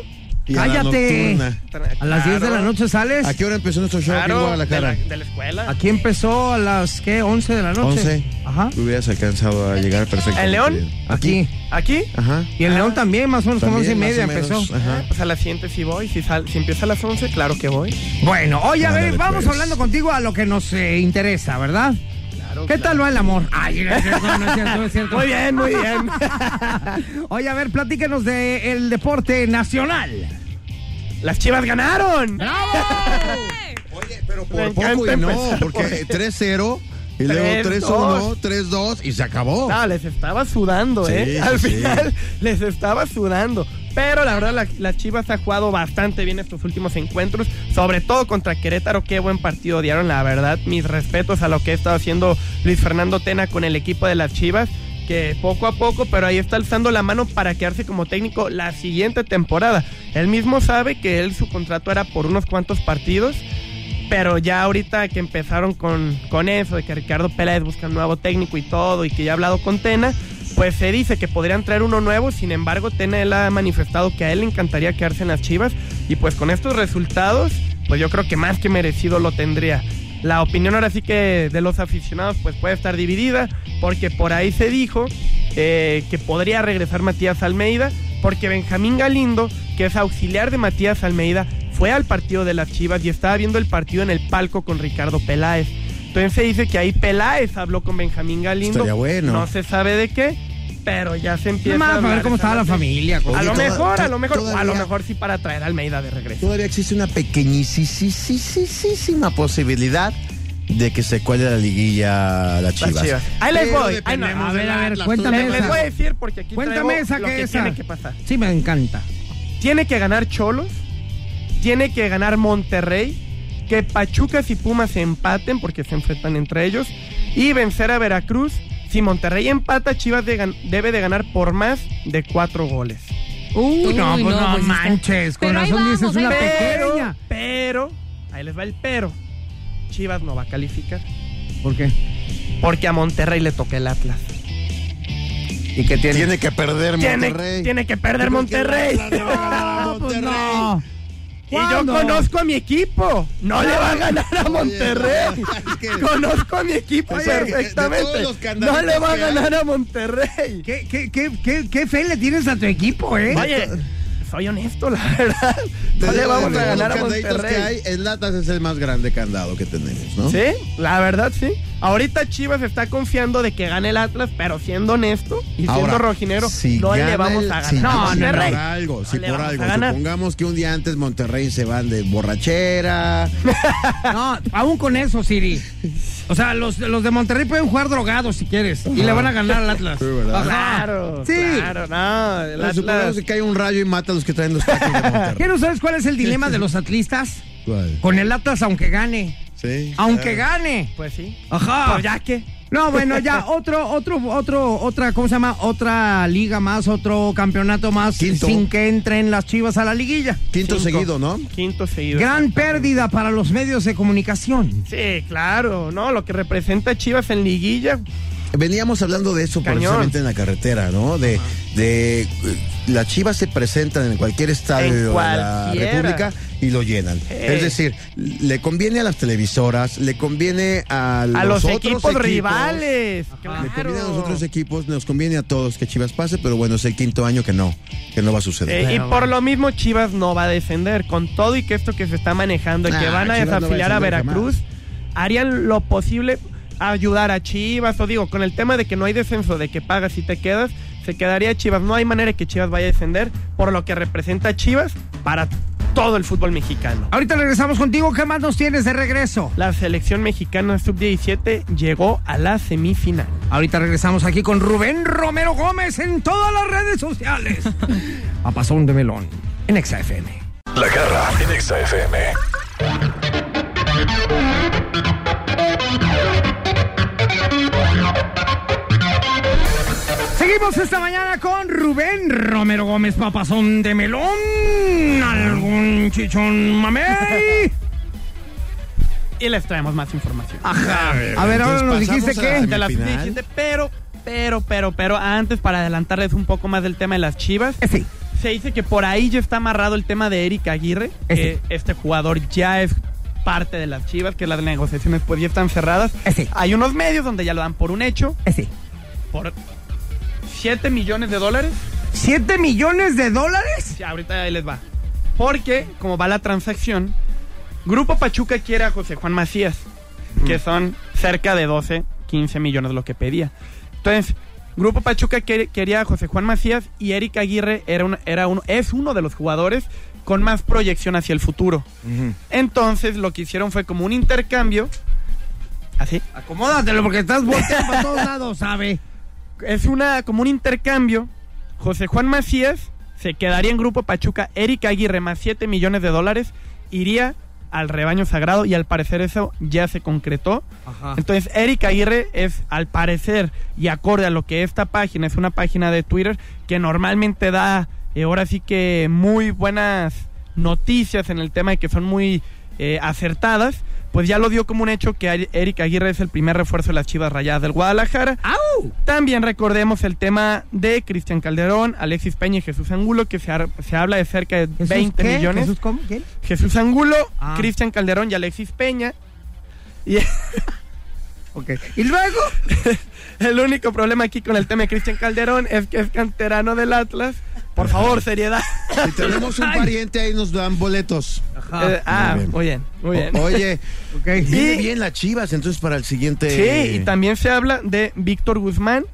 Speaker 2: Y a la
Speaker 1: Cállate.
Speaker 2: nocturna.
Speaker 1: A las 10 de la
Speaker 2: Claro.
Speaker 1: noche sales.
Speaker 2: ¿A qué hora empezó nuestro show aquí en Guadalajara?
Speaker 8: escuela.
Speaker 1: Aquí empezó a las ¿qué? 11 de la noche.
Speaker 2: 11.
Speaker 1: Ajá.
Speaker 2: Tú hubieras alcanzado a llegar perfectamente.
Speaker 8: ¿En León?
Speaker 2: bien.
Speaker 1: Aquí.
Speaker 8: ¿Aquí?
Speaker 2: Ajá.
Speaker 1: Y en León también, más o menos como 11
Speaker 2: También,
Speaker 1: y
Speaker 2: más
Speaker 1: media
Speaker 2: o menos,
Speaker 1: empezó.
Speaker 2: Ajá.
Speaker 8: Pues a la siguiente sí voy. Si, sal- si empieza a las 11, claro que voy.
Speaker 1: Bueno, oye, a ver,
Speaker 8: Ándale,
Speaker 1: vamos
Speaker 8: pues.
Speaker 1: hablando contigo a lo que nos eh, interesa, ¿verdad? ¿Qué tal va el amor? Ay, no es cierto, no es cierto, no es cierto.
Speaker 8: Muy bien, muy bien.
Speaker 1: Oye, a ver, platícanos del deporte nacional.
Speaker 8: Las chivas ganaron.
Speaker 2: Pero
Speaker 8: Me
Speaker 2: por
Speaker 8: encanta
Speaker 2: poco y no,
Speaker 8: empezar
Speaker 2: porque
Speaker 8: por-
Speaker 2: 3-0 y luego 3-1,
Speaker 8: 3-2.
Speaker 2: 3-2 y se acabó.
Speaker 8: No, les estaba sudando,
Speaker 2: Sí, sí,
Speaker 8: ¿eh? Al
Speaker 2: sí.
Speaker 8: final les estaba sudando. Pero la verdad, la- las Chivas ha jugado bastante bien estos últimos encuentros, sobre todo contra Querétaro. Qué buen partido dieron, la verdad. Mis respetos a lo que ha estado haciendo Luis Fernando Tena con el equipo de las Chivas, que poco a poco, pero ahí está alzando la mano para quedarse como técnico la siguiente temporada. Él mismo sabe que él su contrato era por unos cuantos partidos. Pero ya ahorita que empezaron con, con eso, de que Ricardo Peláez busca un nuevo técnico y todo, y que ya ha hablado con Tena, pues se dice que podrían traer uno nuevo. Sin embargo, Tena él ha manifestado que a él le encantaría quedarse en las chivas. Y pues con estos resultados, pues yo creo que más que merecido lo tendría. La opinión ahora sí que de los aficionados pues puede estar dividida, porque por ahí se dijo eh, que podría regresar Matías Almeida, porque Benjamín Galindo, que es auxiliar de Matías Almeida, fue al partido de las Chivas y estaba viendo el partido en el palco con Ricardo Peláez. Entonces se dice que ahí Peláez habló con Benjamín Galindo.
Speaker 2: Estaría bueno.
Speaker 8: No se sabe de qué, pero ya se empieza a
Speaker 1: Nomás para
Speaker 8: hablar
Speaker 1: ver cómo
Speaker 8: esa
Speaker 1: estaba la
Speaker 8: parte.
Speaker 1: familia, cómo-
Speaker 8: A lo
Speaker 2: Oye, toda-
Speaker 8: mejor, a
Speaker 2: to-
Speaker 8: lo mejor, a lo
Speaker 2: todavía-
Speaker 8: mejor sí para traer a Almeida de regreso.
Speaker 2: Todavía existe una pequeñísima posibilidad de que se cuele la liguilla a las
Speaker 8: Las
Speaker 2: Chivas.
Speaker 8: Chivas. Ahí les
Speaker 2: Pero
Speaker 8: voy. Ahí
Speaker 2: dependemos
Speaker 8: no,
Speaker 1: a ver,
Speaker 8: del
Speaker 1: a ver,
Speaker 8: Atlas.
Speaker 1: cuéntame
Speaker 8: Les, les
Speaker 1: esa.
Speaker 8: voy a decir porque aquí
Speaker 1: Cuéntame
Speaker 8: traigo
Speaker 1: esa
Speaker 8: lo
Speaker 1: que
Speaker 8: que
Speaker 1: esa.
Speaker 8: tiene que pasar.
Speaker 1: Sí, me encanta.
Speaker 8: Tiene que ganar Cholos, tiene que ganar Monterrey, que Pachucas y Pumas se empaten porque se enfrentan entre ellos y vencer a Veracruz. Si Monterrey empata, Chivas de gan- debe de ganar por más de cuatro goles.
Speaker 1: Uy, no,
Speaker 8: Uy,
Speaker 1: pues
Speaker 8: no,
Speaker 1: no,
Speaker 8: pues está-
Speaker 1: manches. Con
Speaker 8: Pero ahí
Speaker 1: razón
Speaker 8: vamos,
Speaker 1: dices
Speaker 8: ahí
Speaker 1: una
Speaker 8: vamos.
Speaker 1: pequeña.
Speaker 8: Pero, ahí les va el pero. Chivas no va a calificar
Speaker 1: ¿Por qué?
Speaker 8: porque a Monterrey le toca el Atlas.
Speaker 1: ¿Y que tiene?
Speaker 2: Tiene que perder
Speaker 8: Tiene,
Speaker 2: Monterrey.
Speaker 8: tiene que perder Monterrey.
Speaker 1: No, pues no.
Speaker 8: Y yo
Speaker 1: ¿Cuándo?
Speaker 8: conozco a mi equipo. No le va a ganar a Monterrey. Conozco a mi equipo
Speaker 2: Oye, de todos los
Speaker 8: perfectamente.
Speaker 2: candados
Speaker 8: No le va a
Speaker 2: que hay.
Speaker 8: ganar a Monterrey.
Speaker 1: ¿Qué, qué, qué, qué, qué fe le tienes a tu equipo, eh?
Speaker 8: Oye, soy honesto, la verdad. No
Speaker 2: Te
Speaker 8: le
Speaker 2: digo,
Speaker 8: vamos
Speaker 2: de
Speaker 8: a
Speaker 2: todos
Speaker 8: ganar a
Speaker 2: los candaditos que
Speaker 8: Monterrey.
Speaker 2: hay, el Atlas es el más grande candado que tenemos, ¿no?
Speaker 8: Sí, la verdad sí. Ahorita Chivas está confiando de que gane el Atlas, pero siendo honesto y siendo
Speaker 2: Ahora,
Speaker 8: rojinero,
Speaker 2: si
Speaker 8: no
Speaker 2: gana
Speaker 8: le vamos
Speaker 2: el-
Speaker 8: a
Speaker 2: si-
Speaker 8: ganar a
Speaker 2: si
Speaker 8: Monterrey.
Speaker 2: por algo, si
Speaker 8: No le
Speaker 2: por
Speaker 8: vamos a
Speaker 2: algo.
Speaker 8: ganar.
Speaker 2: Supongamos que un día antes Monterrey se van de borrachera.
Speaker 1: No, aún con eso, Siri. O sea, los, los de Monterrey pueden jugar drogados si quieres. Y le van a ganar al Atlas.
Speaker 2: Sí, ¿verdad?
Speaker 8: Claro,
Speaker 1: Sí.
Speaker 8: claro, no. el
Speaker 2: Pero supongamos
Speaker 8: Atlas-
Speaker 2: que cae un rayo y mata a los que traen los tacos de Monterrey.
Speaker 1: ¿Qué no sabes cuál es el dilema de los atlistas?
Speaker 2: ¿Cuál?
Speaker 1: Con el Atlas, aunque gane.
Speaker 2: Sí.
Speaker 1: Aunque
Speaker 2: claro.
Speaker 1: gane.
Speaker 8: Pues sí.
Speaker 1: Ajá.
Speaker 2: Ah.
Speaker 8: Pues ya que.
Speaker 1: No, bueno, ya otro, otro, otro, otra, ¿cómo se llama? Otra liga más, otro campeonato más,
Speaker 2: Quinto.
Speaker 1: sin que entren las chivas a la liguilla.
Speaker 2: Quinto
Speaker 8: Cinco.
Speaker 2: seguido, ¿no?
Speaker 8: Quinto seguido.
Speaker 1: Gran pérdida para los medios de comunicación.
Speaker 8: Sí, claro, ¿no? Lo que representa Chivas en liguilla.
Speaker 2: Veníamos hablando de eso
Speaker 8: Cañón.
Speaker 2: precisamente en la carretera, ¿no? De, de eh, las chivas se presentan en cualquier estadio
Speaker 8: En
Speaker 2: de la
Speaker 8: cualquiera.
Speaker 2: República y lo llenan.
Speaker 8: Eh.
Speaker 2: Es decir, le conviene a las televisoras, le conviene a los,
Speaker 8: A los,
Speaker 2: otros
Speaker 8: equipos, rivales. Claro.
Speaker 2: Le conviene a los otros equipos, nos conviene a todos que Chivas pase, pero bueno, es el quinto año que no, que no va a
Speaker 8: Eh,
Speaker 2: suceder.
Speaker 8: y
Speaker 1: Pero
Speaker 8: por
Speaker 1: bueno.
Speaker 8: lo mismo Chivas no va a descender. Con todo y que esto que se está manejando, y que
Speaker 2: Nah,
Speaker 8: van a
Speaker 2: Ah, Chivas no va a
Speaker 8: desafiliar a,
Speaker 2: descender
Speaker 8: Veracruz, harían lo posible a ayudar a Chivas. O digo, con el tema de que no hay descenso, de que pagas y te quedas, se quedaría Chivas. No hay manera que Chivas vaya a descender por lo que representa Chivas para todo el fútbol mexicano.
Speaker 1: Ahorita regresamos contigo, ¿qué más nos tienes de regreso?
Speaker 8: La selección mexicana sub-17 llegó a la semifinal.
Speaker 1: Ahorita regresamos aquí con Rubén Romero Gómez en todas las redes sociales. A Pasón de Melón, en XFM.
Speaker 4: La garra en Exa FM.
Speaker 1: Seguimos esta mañana con Rubén Romero Gómez, papazón de melón, algún chichón mamey.
Speaker 8: Y les traemos más información.
Speaker 1: Ajá. A ver, ahora nos
Speaker 2: Entonces,
Speaker 1: dijiste
Speaker 2: pasamos a
Speaker 1: que...
Speaker 8: de las
Speaker 2: final.
Speaker 8: sub-17, pero, pero, pero, pero antes para adelantarles un poco más del tema de las Chivas.
Speaker 1: Eh, Sí.
Speaker 8: se dice que por ahí ya está amarrado el tema de Eric Aguirre, que este jugador ya es parte de las Chivas, que las negociaciones pues ya están cerradas.
Speaker 1: eh,
Speaker 8: Hay unos medios donde ya lo dan por un hecho. Por 7 millones de dólares.
Speaker 1: ¿7 millones de dólares?
Speaker 8: Sí, ahorita ahí les va. Porque, como va la transacción, Grupo Pachuca quiere a José Juan Macías, que son cerca de 12, 15 millones lo que pedía. Entonces, Grupo Pachuca que- quería a José Juan Macías y Eric Aguirre era un- era un- es uno de los jugadores con más proyección hacia el futuro. Entonces, lo que hicieron fue como un intercambio. ¿Ah, Así.
Speaker 1: Acomódatelo porque estás volteando para todos lados, ¿sabe?
Speaker 8: Es una, como un intercambio. José Juan Macías se quedaría en Grupo Pachuca. Eric Aguirre más 7 millones de dólares iría al rebaño sagrado y al parecer eso ya se concretó.
Speaker 1: Ah.
Speaker 14: Ajá.
Speaker 8: Entonces, Eric Aguirre es, al parecer, y acorde a lo que esta página es una página de Twitter que normalmente da, eh, ahora sí que muy buenas noticias en el tema y que son muy eh, acertadas, pues ya lo dio como un hecho que Ari- Eric Aguirre es el primer refuerzo de las Chivas Rayadas del Guadalajara. También recordemos el tema de Cristian Calderón, Alexis Peña y Jesús Angulo, que se, ar- se habla de cerca de 20
Speaker 1: qué?
Speaker 8: millones.
Speaker 1: ¿Jesús cómo? ¿Quién?
Speaker 8: Jesús Angulo,
Speaker 1: Ah.
Speaker 8: Cristian Calderón y Alexis Peña. Y,
Speaker 1: ¿Y luego?
Speaker 8: el único problema aquí con el tema de Cristian Calderón es que es canterano del Atlas. Por favor, seriedad.
Speaker 2: Si tenemos un pariente ahí, nos dan boletos.
Speaker 8: Eh, ah, muy bien, muy bien.
Speaker 2: O- oye,
Speaker 8: Ok.
Speaker 2: viene
Speaker 8: Y-
Speaker 2: bien las chivas, entonces para el siguiente.
Speaker 8: Sí, y también se habla de Víctor Guzmán.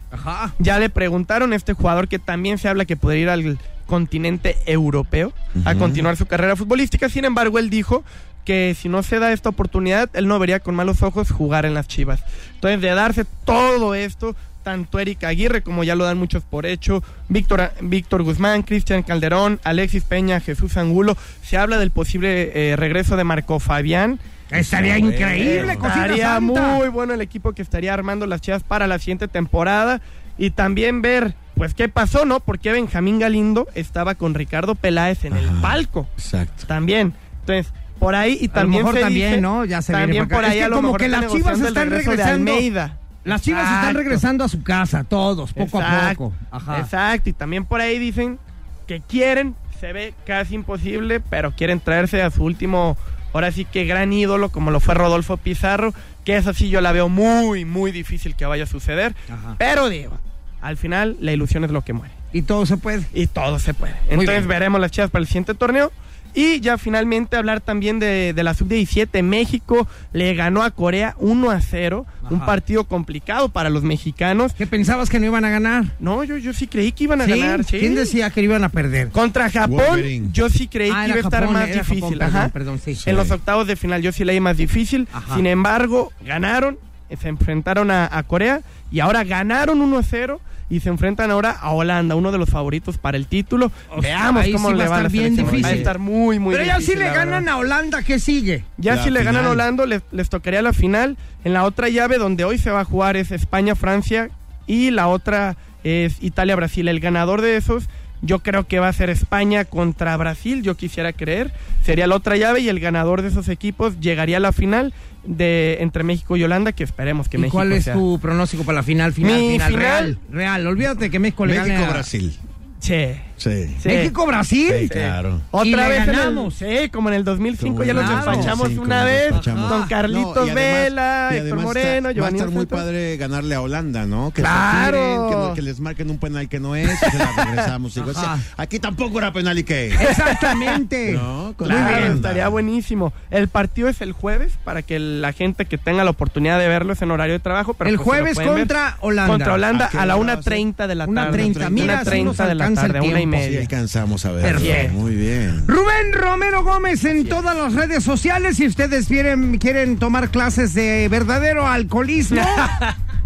Speaker 8: Ya le preguntaron a este jugador que también se habla que podría ir al continente europeo a
Speaker 2: Ujú.
Speaker 8: continuar su carrera futbolística. Sin embargo, él dijo que si no se da esta oportunidad, él no vería con malos ojos jugar en las Chivas. Entonces, de darse todo esto, tanto Eric Aguirre como ya lo dan muchos por hecho, Víctor, Víctor Guzmán, Cristian Calderón, Alexis Peña, Jesús Angulo, se habla del posible eh, regreso de Marco Fabián.
Speaker 1: Estaría increíble, cosita
Speaker 8: Estaría
Speaker 1: santa.
Speaker 8: muy bueno el equipo que estaría armando las chivas para la siguiente temporada. Y también ver, pues, qué pasó, ¿no? Porque Benjamín Galindo estaba con Ricardo Peláez en el palco.
Speaker 2: Exacto.
Speaker 8: También. Entonces, por ahí y
Speaker 1: A lo
Speaker 8: también.
Speaker 1: mejor
Speaker 8: se
Speaker 1: también,
Speaker 8: dice-
Speaker 1: ¿no? Ya se viene
Speaker 8: También
Speaker 1: para
Speaker 8: por
Speaker 1: acá.
Speaker 8: ahí
Speaker 1: Es que
Speaker 8: a lo
Speaker 1: como
Speaker 8: mejor
Speaker 1: que las
Speaker 8: están
Speaker 1: chivas
Speaker 8: negociando el
Speaker 1: están
Speaker 8: regreso de
Speaker 1: regresando.
Speaker 8: Almeida.
Speaker 1: Las chivas están
Speaker 8: Exacto.
Speaker 1: regresando a su casa, todos, poco a
Speaker 8: Exacto,
Speaker 1: poco. Ajá.
Speaker 8: Exacto, y también por ahí dicen que quieren, se ve casi imposible, pero quieren traerse a su último, ahora sí que gran ídolo, como lo fue Rodolfo Pizarro, que esa sí yo la veo muy, muy difícil que vaya a suceder, pero digo, al final la ilusión es lo que muere.
Speaker 1: Y todo se puede.
Speaker 8: Y todo se puede.
Speaker 1: Muy
Speaker 8: Entonces
Speaker 1: bien.
Speaker 8: veremos las chivas para el siguiente torneo. Y ya finalmente hablar también de, de la sub-17. México le ganó a Corea 1 a 0. Un partido complicado para los mexicanos.
Speaker 1: ¿Qué pensabas que no iban a ganar?
Speaker 8: No, yo, yo sí creí que iban a
Speaker 1: ¿Sí?
Speaker 8: ganar. sí. Ah,
Speaker 1: ¿Quién decía que iban a perder?
Speaker 8: Contra Japón,
Speaker 1: Wolverine.
Speaker 8: yo sí creí
Speaker 1: Ah,
Speaker 8: que iba
Speaker 1: era
Speaker 8: a estar
Speaker 1: Japón,
Speaker 8: más
Speaker 1: era Japón,
Speaker 8: difícil.
Speaker 1: perdón,
Speaker 8: ajá.
Speaker 1: perdón, sí. Sí.
Speaker 8: En los octavos de final yo sí leí más difícil.
Speaker 1: Ajá.
Speaker 8: Sin embargo, ganaron, eh, se enfrentaron a, a Corea y ahora ganaron 1-0 y se enfrentan ahora a Holanda, uno de los favoritos para el título.
Speaker 1: O sea,
Speaker 8: Veamos
Speaker 1: ahí
Speaker 8: cómo
Speaker 1: sí va
Speaker 8: le
Speaker 1: a
Speaker 8: va a la
Speaker 1: estar bien
Speaker 8: selección. Va a
Speaker 1: difícil.
Speaker 8: estar muy, muy
Speaker 1: Pero ya
Speaker 8: difícil.
Speaker 1: si le
Speaker 8: la verdad.
Speaker 1: ganan a Holanda, ¿qué sigue?
Speaker 8: Ya si le ganan a
Speaker 1: final.
Speaker 8: Holanda, les, les tocaría la final. En la otra llave donde hoy se va a jugar es España-Francia y la otra es Italia-Brasil. El ganador de esos yo creo que va a ser España contra Brasil, yo quisiera creer. Sería la otra llave y el ganador de esos equipos llegaría a la final de entre México y Holanda, que esperemos que
Speaker 1: ¿Y
Speaker 8: México
Speaker 1: cuál es
Speaker 8: sea.
Speaker 1: tu pronóstico para la final, final,
Speaker 8: Mi
Speaker 1: final,
Speaker 8: final-
Speaker 1: real? Real, olvídate que México le gane a-
Speaker 2: México-Brasil.
Speaker 8: Sí.
Speaker 2: Sí.
Speaker 8: Sí.
Speaker 1: ¿México-Brasil?
Speaker 2: Sí, claro.
Speaker 8: Otra
Speaker 1: Y le
Speaker 8: vez en el-
Speaker 1: ganamos. ¿eh?
Speaker 8: sí, como en el 2005 ya los
Speaker 2: Claro.
Speaker 8: despachamos
Speaker 2: Sí,
Speaker 8: una
Speaker 2: como
Speaker 8: vez.
Speaker 2: despachamos.
Speaker 8: Don
Speaker 1: Ah.
Speaker 2: No,
Speaker 8: Carlitos
Speaker 2: y además-
Speaker 8: Vela,
Speaker 2: y
Speaker 8: Héctor
Speaker 2: además
Speaker 8: Moreno,
Speaker 2: está- Va a
Speaker 8: Giovanni
Speaker 2: estar muy
Speaker 8: Santos.
Speaker 2: padre ganarle a Holanda, ¿no? Que se
Speaker 8: ¡Claro!
Speaker 2: tiren, que, no- que les marquen un penal que no es, y se la regresamos. y digo,
Speaker 8: Ajá. Eh,
Speaker 2: "Sí, aquí tampoco era penal y qué.
Speaker 1: Exactamente.
Speaker 2: No, con
Speaker 8: Claro,
Speaker 2: Holanda.
Speaker 8: estaría buenísimo. El partido es el jueves para que la gente que tenga la oportunidad de verlo es en horario de trabajo. Pero
Speaker 1: El
Speaker 8: pues se lo
Speaker 1: jueves
Speaker 8: pueden ver.
Speaker 1: contra Holanda.
Speaker 8: Contra Holanda
Speaker 1: ¿A qué
Speaker 8: a, la
Speaker 1: hora va a
Speaker 8: 1.30 de la
Speaker 1: Una
Speaker 8: tarde.
Speaker 1: 30, mira,
Speaker 8: Una
Speaker 1: si nos
Speaker 8: 30 de la
Speaker 1: alcanza el
Speaker 8: tarde, una y
Speaker 1: tiempo.
Speaker 2: Sí,
Speaker 8: media.
Speaker 2: alcanzamos a ver.
Speaker 8: Perfecto.
Speaker 2: Muy bien.
Speaker 1: Rubén Romero Gómez en todas las redes sociales. Si ustedes quieren, quieren tomar clases de verdadero alcoholismo,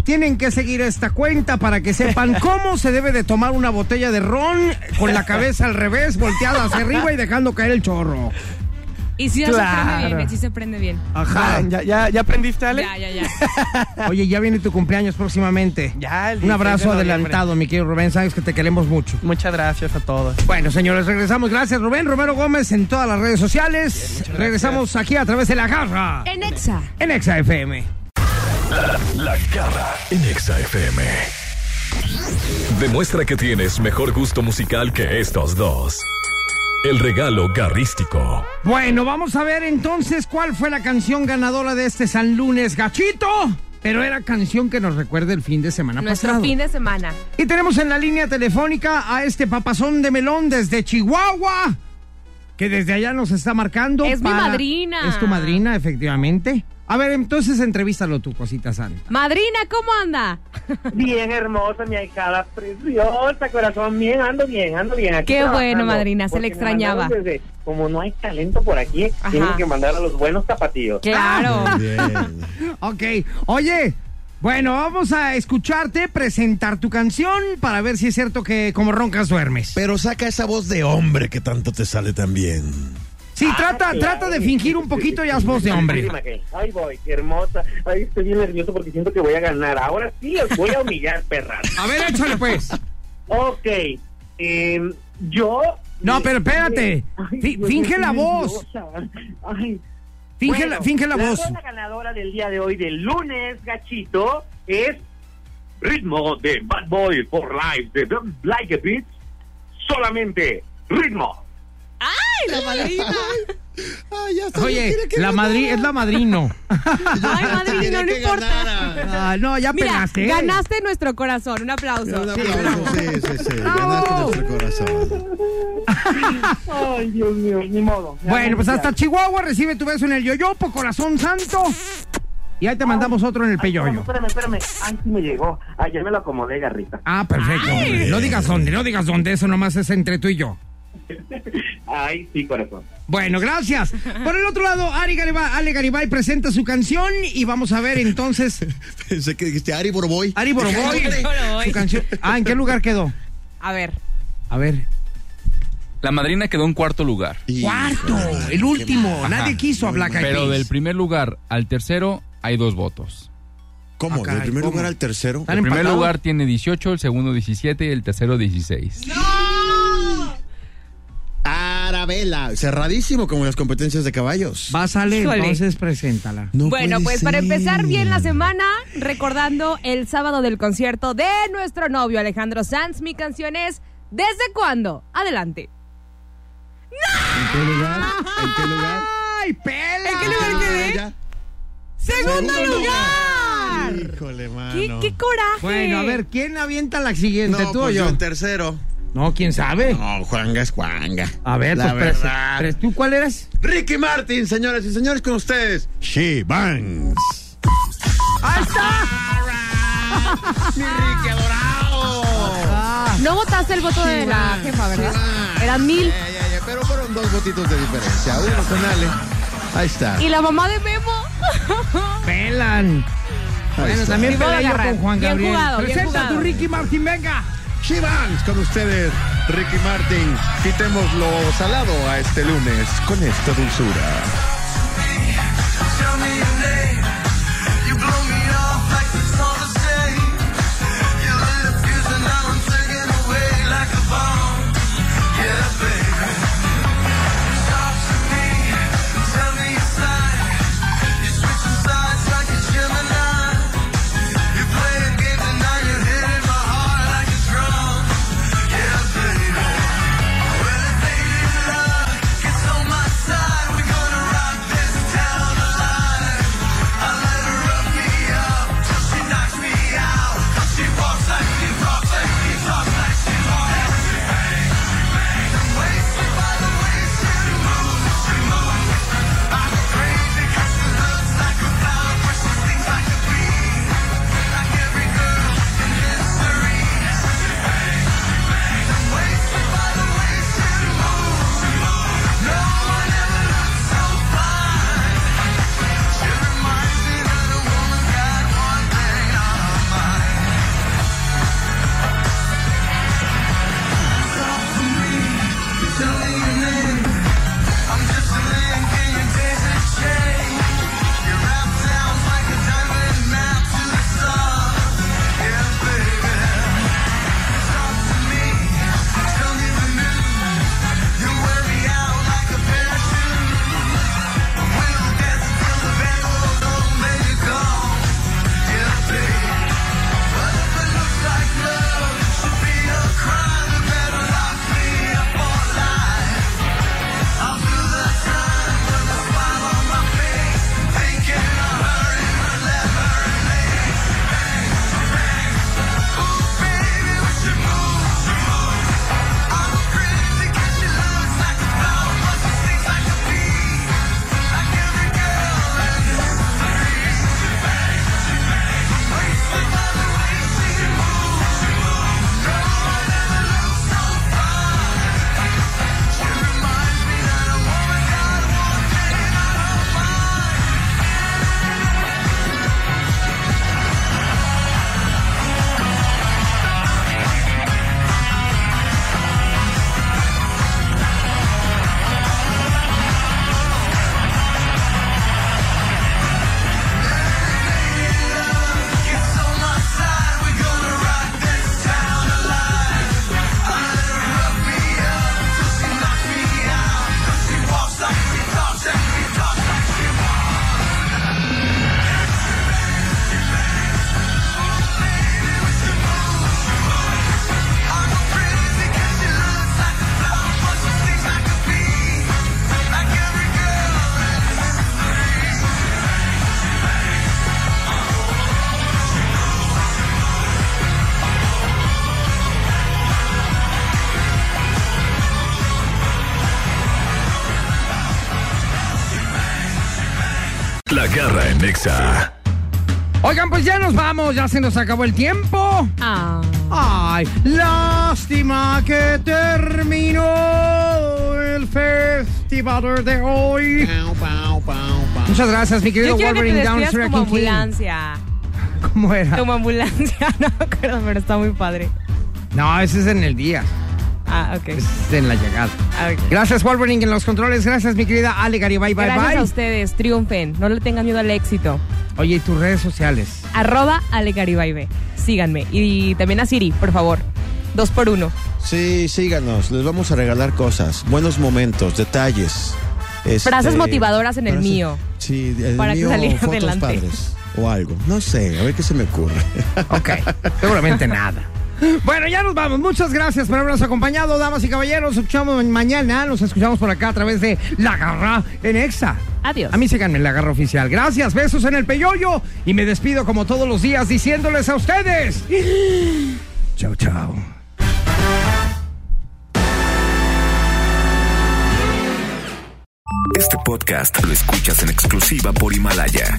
Speaker 1: tienen que seguir esta cuenta para que sepan cómo se debe de tomar una botella de ron con la cabeza al revés, volteada hacia arriba y dejando caer el chorro.
Speaker 3: Y si no se prende bien,
Speaker 1: Claro.
Speaker 3: y si se prende bien.
Speaker 1: Ajá.
Speaker 8: ¿Ya, ya, ya aprendiste, Ale?
Speaker 3: Ya, ya, ya.
Speaker 1: Oye, ya viene tu cumpleaños próximamente.
Speaker 8: Ya, el 16
Speaker 1: Un
Speaker 8: de
Speaker 1: abrazo
Speaker 8: noviembre.
Speaker 1: adelantado, mi querido Rubén. Sabes que te queremos mucho.
Speaker 8: Muchas gracias a todos.
Speaker 1: Bueno, señores, regresamos. Gracias, Rubén Romero Gómez en todas las redes sociales. regresamos aquí a través de la garra.
Speaker 3: En Exa.
Speaker 1: En Exa FM.
Speaker 4: La, la garra en Exa FM. Demuestra que tienes mejor gusto musical que estos dos. El regalo garrístico.
Speaker 1: Bueno, vamos a ver entonces cuál fue la canción ganadora de este San Lunes, Gachito. Pero era canción que nos recuerda el fin de semana
Speaker 3: Nuestro
Speaker 1: pasado.
Speaker 3: fin de semana.
Speaker 1: Y tenemos en la línea telefónica a este papazón de melón desde Chihuahua, que desde allá nos está marcando.
Speaker 3: Es mi madrina.
Speaker 1: Es tu madrina, efectivamente. A ver, entonces entrevístalo tú, cosita santa.
Speaker 3: Madrina, ¿cómo anda?
Speaker 5: Bien hermosa, mi ahijada preciosa, corazón. Bien, ando bien, ando bien. Aquí
Speaker 3: Qué
Speaker 5: trabajando,
Speaker 3: bueno, madrina, se
Speaker 5: porque
Speaker 3: le
Speaker 5: me mandaron
Speaker 3: extrañaba.
Speaker 5: desde- como no hay talento por aquí,
Speaker 3: Ajá.
Speaker 5: tienen que mandar a los buenos zapatillos.
Speaker 3: Claro.
Speaker 1: Ok, oye, bueno, vamos a escucharte presentar tu canción para ver si es cierto que como roncas duermes.
Speaker 2: Pero saca esa voz de hombre que tanto te sale también.
Speaker 1: Sí, trata, trata de fingir un poquito y haz voz de hombre.
Speaker 5: Ay, voy, qué hermosa. Ay, estoy bien nervioso porque siento que voy a ganar. Ahora sí los voy a humillar, perras.
Speaker 1: A ver, échale pues.
Speaker 5: Ok. em, yo.
Speaker 1: No, pero espérate.
Speaker 5: Ay,
Speaker 1: Fi-
Speaker 5: Dios,
Speaker 1: finge
Speaker 5: estoy
Speaker 1: la voz.
Speaker 5: nerviosa. Ay.
Speaker 1: Finge la- finge la voz.
Speaker 5: La ganadora del día de hoy, del lunes, gachito, es Ritmo de Bad Boy for Life de The Like a Beat. Solamente ritmo.
Speaker 3: ¡Ay, la madrina!
Speaker 2: Ay, ya
Speaker 1: Oye, la madri es la madrino.
Speaker 3: Ay, madrina, no, no importa.
Speaker 1: Ah, no, ya
Speaker 3: Mira,
Speaker 1: pelaste.
Speaker 3: Ganaste nuestro corazón. Un aplauso.
Speaker 2: Sí, sí, sí. Ganaste nuestro corazón.
Speaker 5: Ay, Dios mío, ni modo.
Speaker 1: Bueno, pues hasta Chihuahua recibe tu beso en el yoyopo, corazón santo. Y ahí te mandamos otro en el peyoyo.
Speaker 5: Espérame, espérame. Ay, sí me llegó. Ayer me lo acomodé, Garrita.
Speaker 1: Ah, perfecto. No digas dónde, no digas dónde, eso nomás es entre tú y yo.
Speaker 5: Ay, sí, corazón.
Speaker 1: Bueno, gracias. Por el otro lado, Ari Garibay, Ale Garibay presenta su canción y vamos a ver entonces.
Speaker 2: Pensé que dijiste Ari Boroboy.
Speaker 1: Ari Boroboy. su canción. Ah, ¿en qué lugar quedó?
Speaker 3: A ver.
Speaker 1: A ver.
Speaker 6: La madrina quedó en cuarto lugar.
Speaker 1: Cuarto, el último.
Speaker 6: Ajá.
Speaker 1: Nadie quiso a Black Eyed
Speaker 6: Pero
Speaker 1: Peas.
Speaker 6: del primer lugar al tercero hay dos votos.
Speaker 2: ¿Cómo?
Speaker 1: Ah, caray, ¿Del primer ¿cómo? lugar al
Speaker 2: tercero?
Speaker 6: El primer lugar tiene 18, el segundo 17 y el tercero 16.
Speaker 2: Arabela. Cerradísimo como las competencias de caballos.
Speaker 1: Vas a leer,
Speaker 3: Híjole.
Speaker 1: entonces preséntala.
Speaker 3: bueno, pues para empezar bien la semana, recordando el sábado del concierto de nuestro novio Alejandro Sanz, mi canción es ¿Desde cuándo? Adelante.
Speaker 2: ¿En qué lugar? ¿En qué lugar?
Speaker 1: ¡Ay, pela!
Speaker 3: ¿En qué lugar quedé?
Speaker 2: Ya.
Speaker 3: ¡Segundo
Speaker 2: Segundo
Speaker 3: lugar!
Speaker 2: Híjole, mano.
Speaker 3: ¿Qué, qué coraje!
Speaker 1: Bueno, a ver, ¿quién avienta la siguiente?
Speaker 2: No,
Speaker 1: ¿Tú o
Speaker 2: pues yo
Speaker 1: yo?
Speaker 2: en tercero.
Speaker 1: No, quién sabe.
Speaker 2: No, Juanga es Juanga.
Speaker 1: A ver,
Speaker 2: la
Speaker 1: pues, prese-
Speaker 2: verdad.
Speaker 1: pres- ¿tú cuál eras?
Speaker 2: Ricky Martin, señoras y señores, con ustedes. She Bangs.
Speaker 1: ¡Ahí está!
Speaker 2: ¡Mi Ricky adorado!
Speaker 1: Ah.
Speaker 3: No votaste el voto de la jefa, ¿verdad? Eran
Speaker 2: Ya,
Speaker 3: mil.
Speaker 2: ya, ya, pero fueron dos votitos de diferencia. Uno con Ale. Ahí está.
Speaker 3: ¿Y la mamá de Memo?
Speaker 1: ¡Pelan! Bueno,
Speaker 2: está.
Speaker 1: también
Speaker 3: Ni modo de
Speaker 1: pelé yo
Speaker 3: agarrar.
Speaker 1: con Juan
Speaker 3: Bien
Speaker 1: Gabriel.
Speaker 3: jugado, bien
Speaker 1: Presenta
Speaker 3: jugado.
Speaker 1: tu Ricky Martin, venga.
Speaker 2: She Bangs con ustedes. Ricky Martin, quitemos lo salado a este lunes con esta dulzura.
Speaker 15: We're the baby love, gets on my side, we're gonna rock
Speaker 4: Nexa.
Speaker 1: Oigan, pues ya nos vamos, ya se nos acabó el tiempo.
Speaker 3: Ah.
Speaker 1: Ay, lástima que terminó el festival de hoy. Muchas gracias, mi querido
Speaker 3: Yo quiero
Speaker 1: Wolverine
Speaker 3: que te
Speaker 1: Down
Speaker 3: despidas como
Speaker 1: Tracking King.
Speaker 3: ambulancia.
Speaker 1: ¿Cómo era?
Speaker 3: Como ambulancia, no me acuerdo, pero está muy padre.
Speaker 1: No, ese es en el día.
Speaker 3: Ah, ok. Ah,
Speaker 1: Es en la llegada. Gracias, Wolverine, en los controles. Gracias, mi querida Ale Garibay. Bye,
Speaker 3: Gracias
Speaker 1: bye.
Speaker 3: a ustedes, triunfen, no le tengan miedo al éxito.
Speaker 1: Oye, ¿y tus redes sociales?
Speaker 3: Arroba Ale Garibay, síganme. Y también a Siri, por favor. Dos por uno.
Speaker 2: Sí, síganos. Les vamos a regalar cosas, buenos momentos, detalles. este,
Speaker 3: Frases motivadoras en el
Speaker 2: frases-
Speaker 3: mío.
Speaker 2: Sí, el
Speaker 3: Para que
Speaker 2: mío,
Speaker 3: salgan
Speaker 2: fotos
Speaker 3: adelante.
Speaker 2: padres o algo. No sé, a ver qué se me ocurre.
Speaker 1: Ok, seguramente nada. Bueno, ya nos vamos. Muchas gracias por habernos acompañado, damas y caballeros. Nos escuchamos mañana. Nos escuchamos por acá a través de La Garra en Exa.
Speaker 3: Adiós.
Speaker 1: A mí síganme en La Garra Oficial. Gracias, besos en el peyoyo. Y me despido como todos los días diciéndoles a ustedes. Chao, chao.
Speaker 7: Este podcast lo escuchas en exclusiva por Himalaya.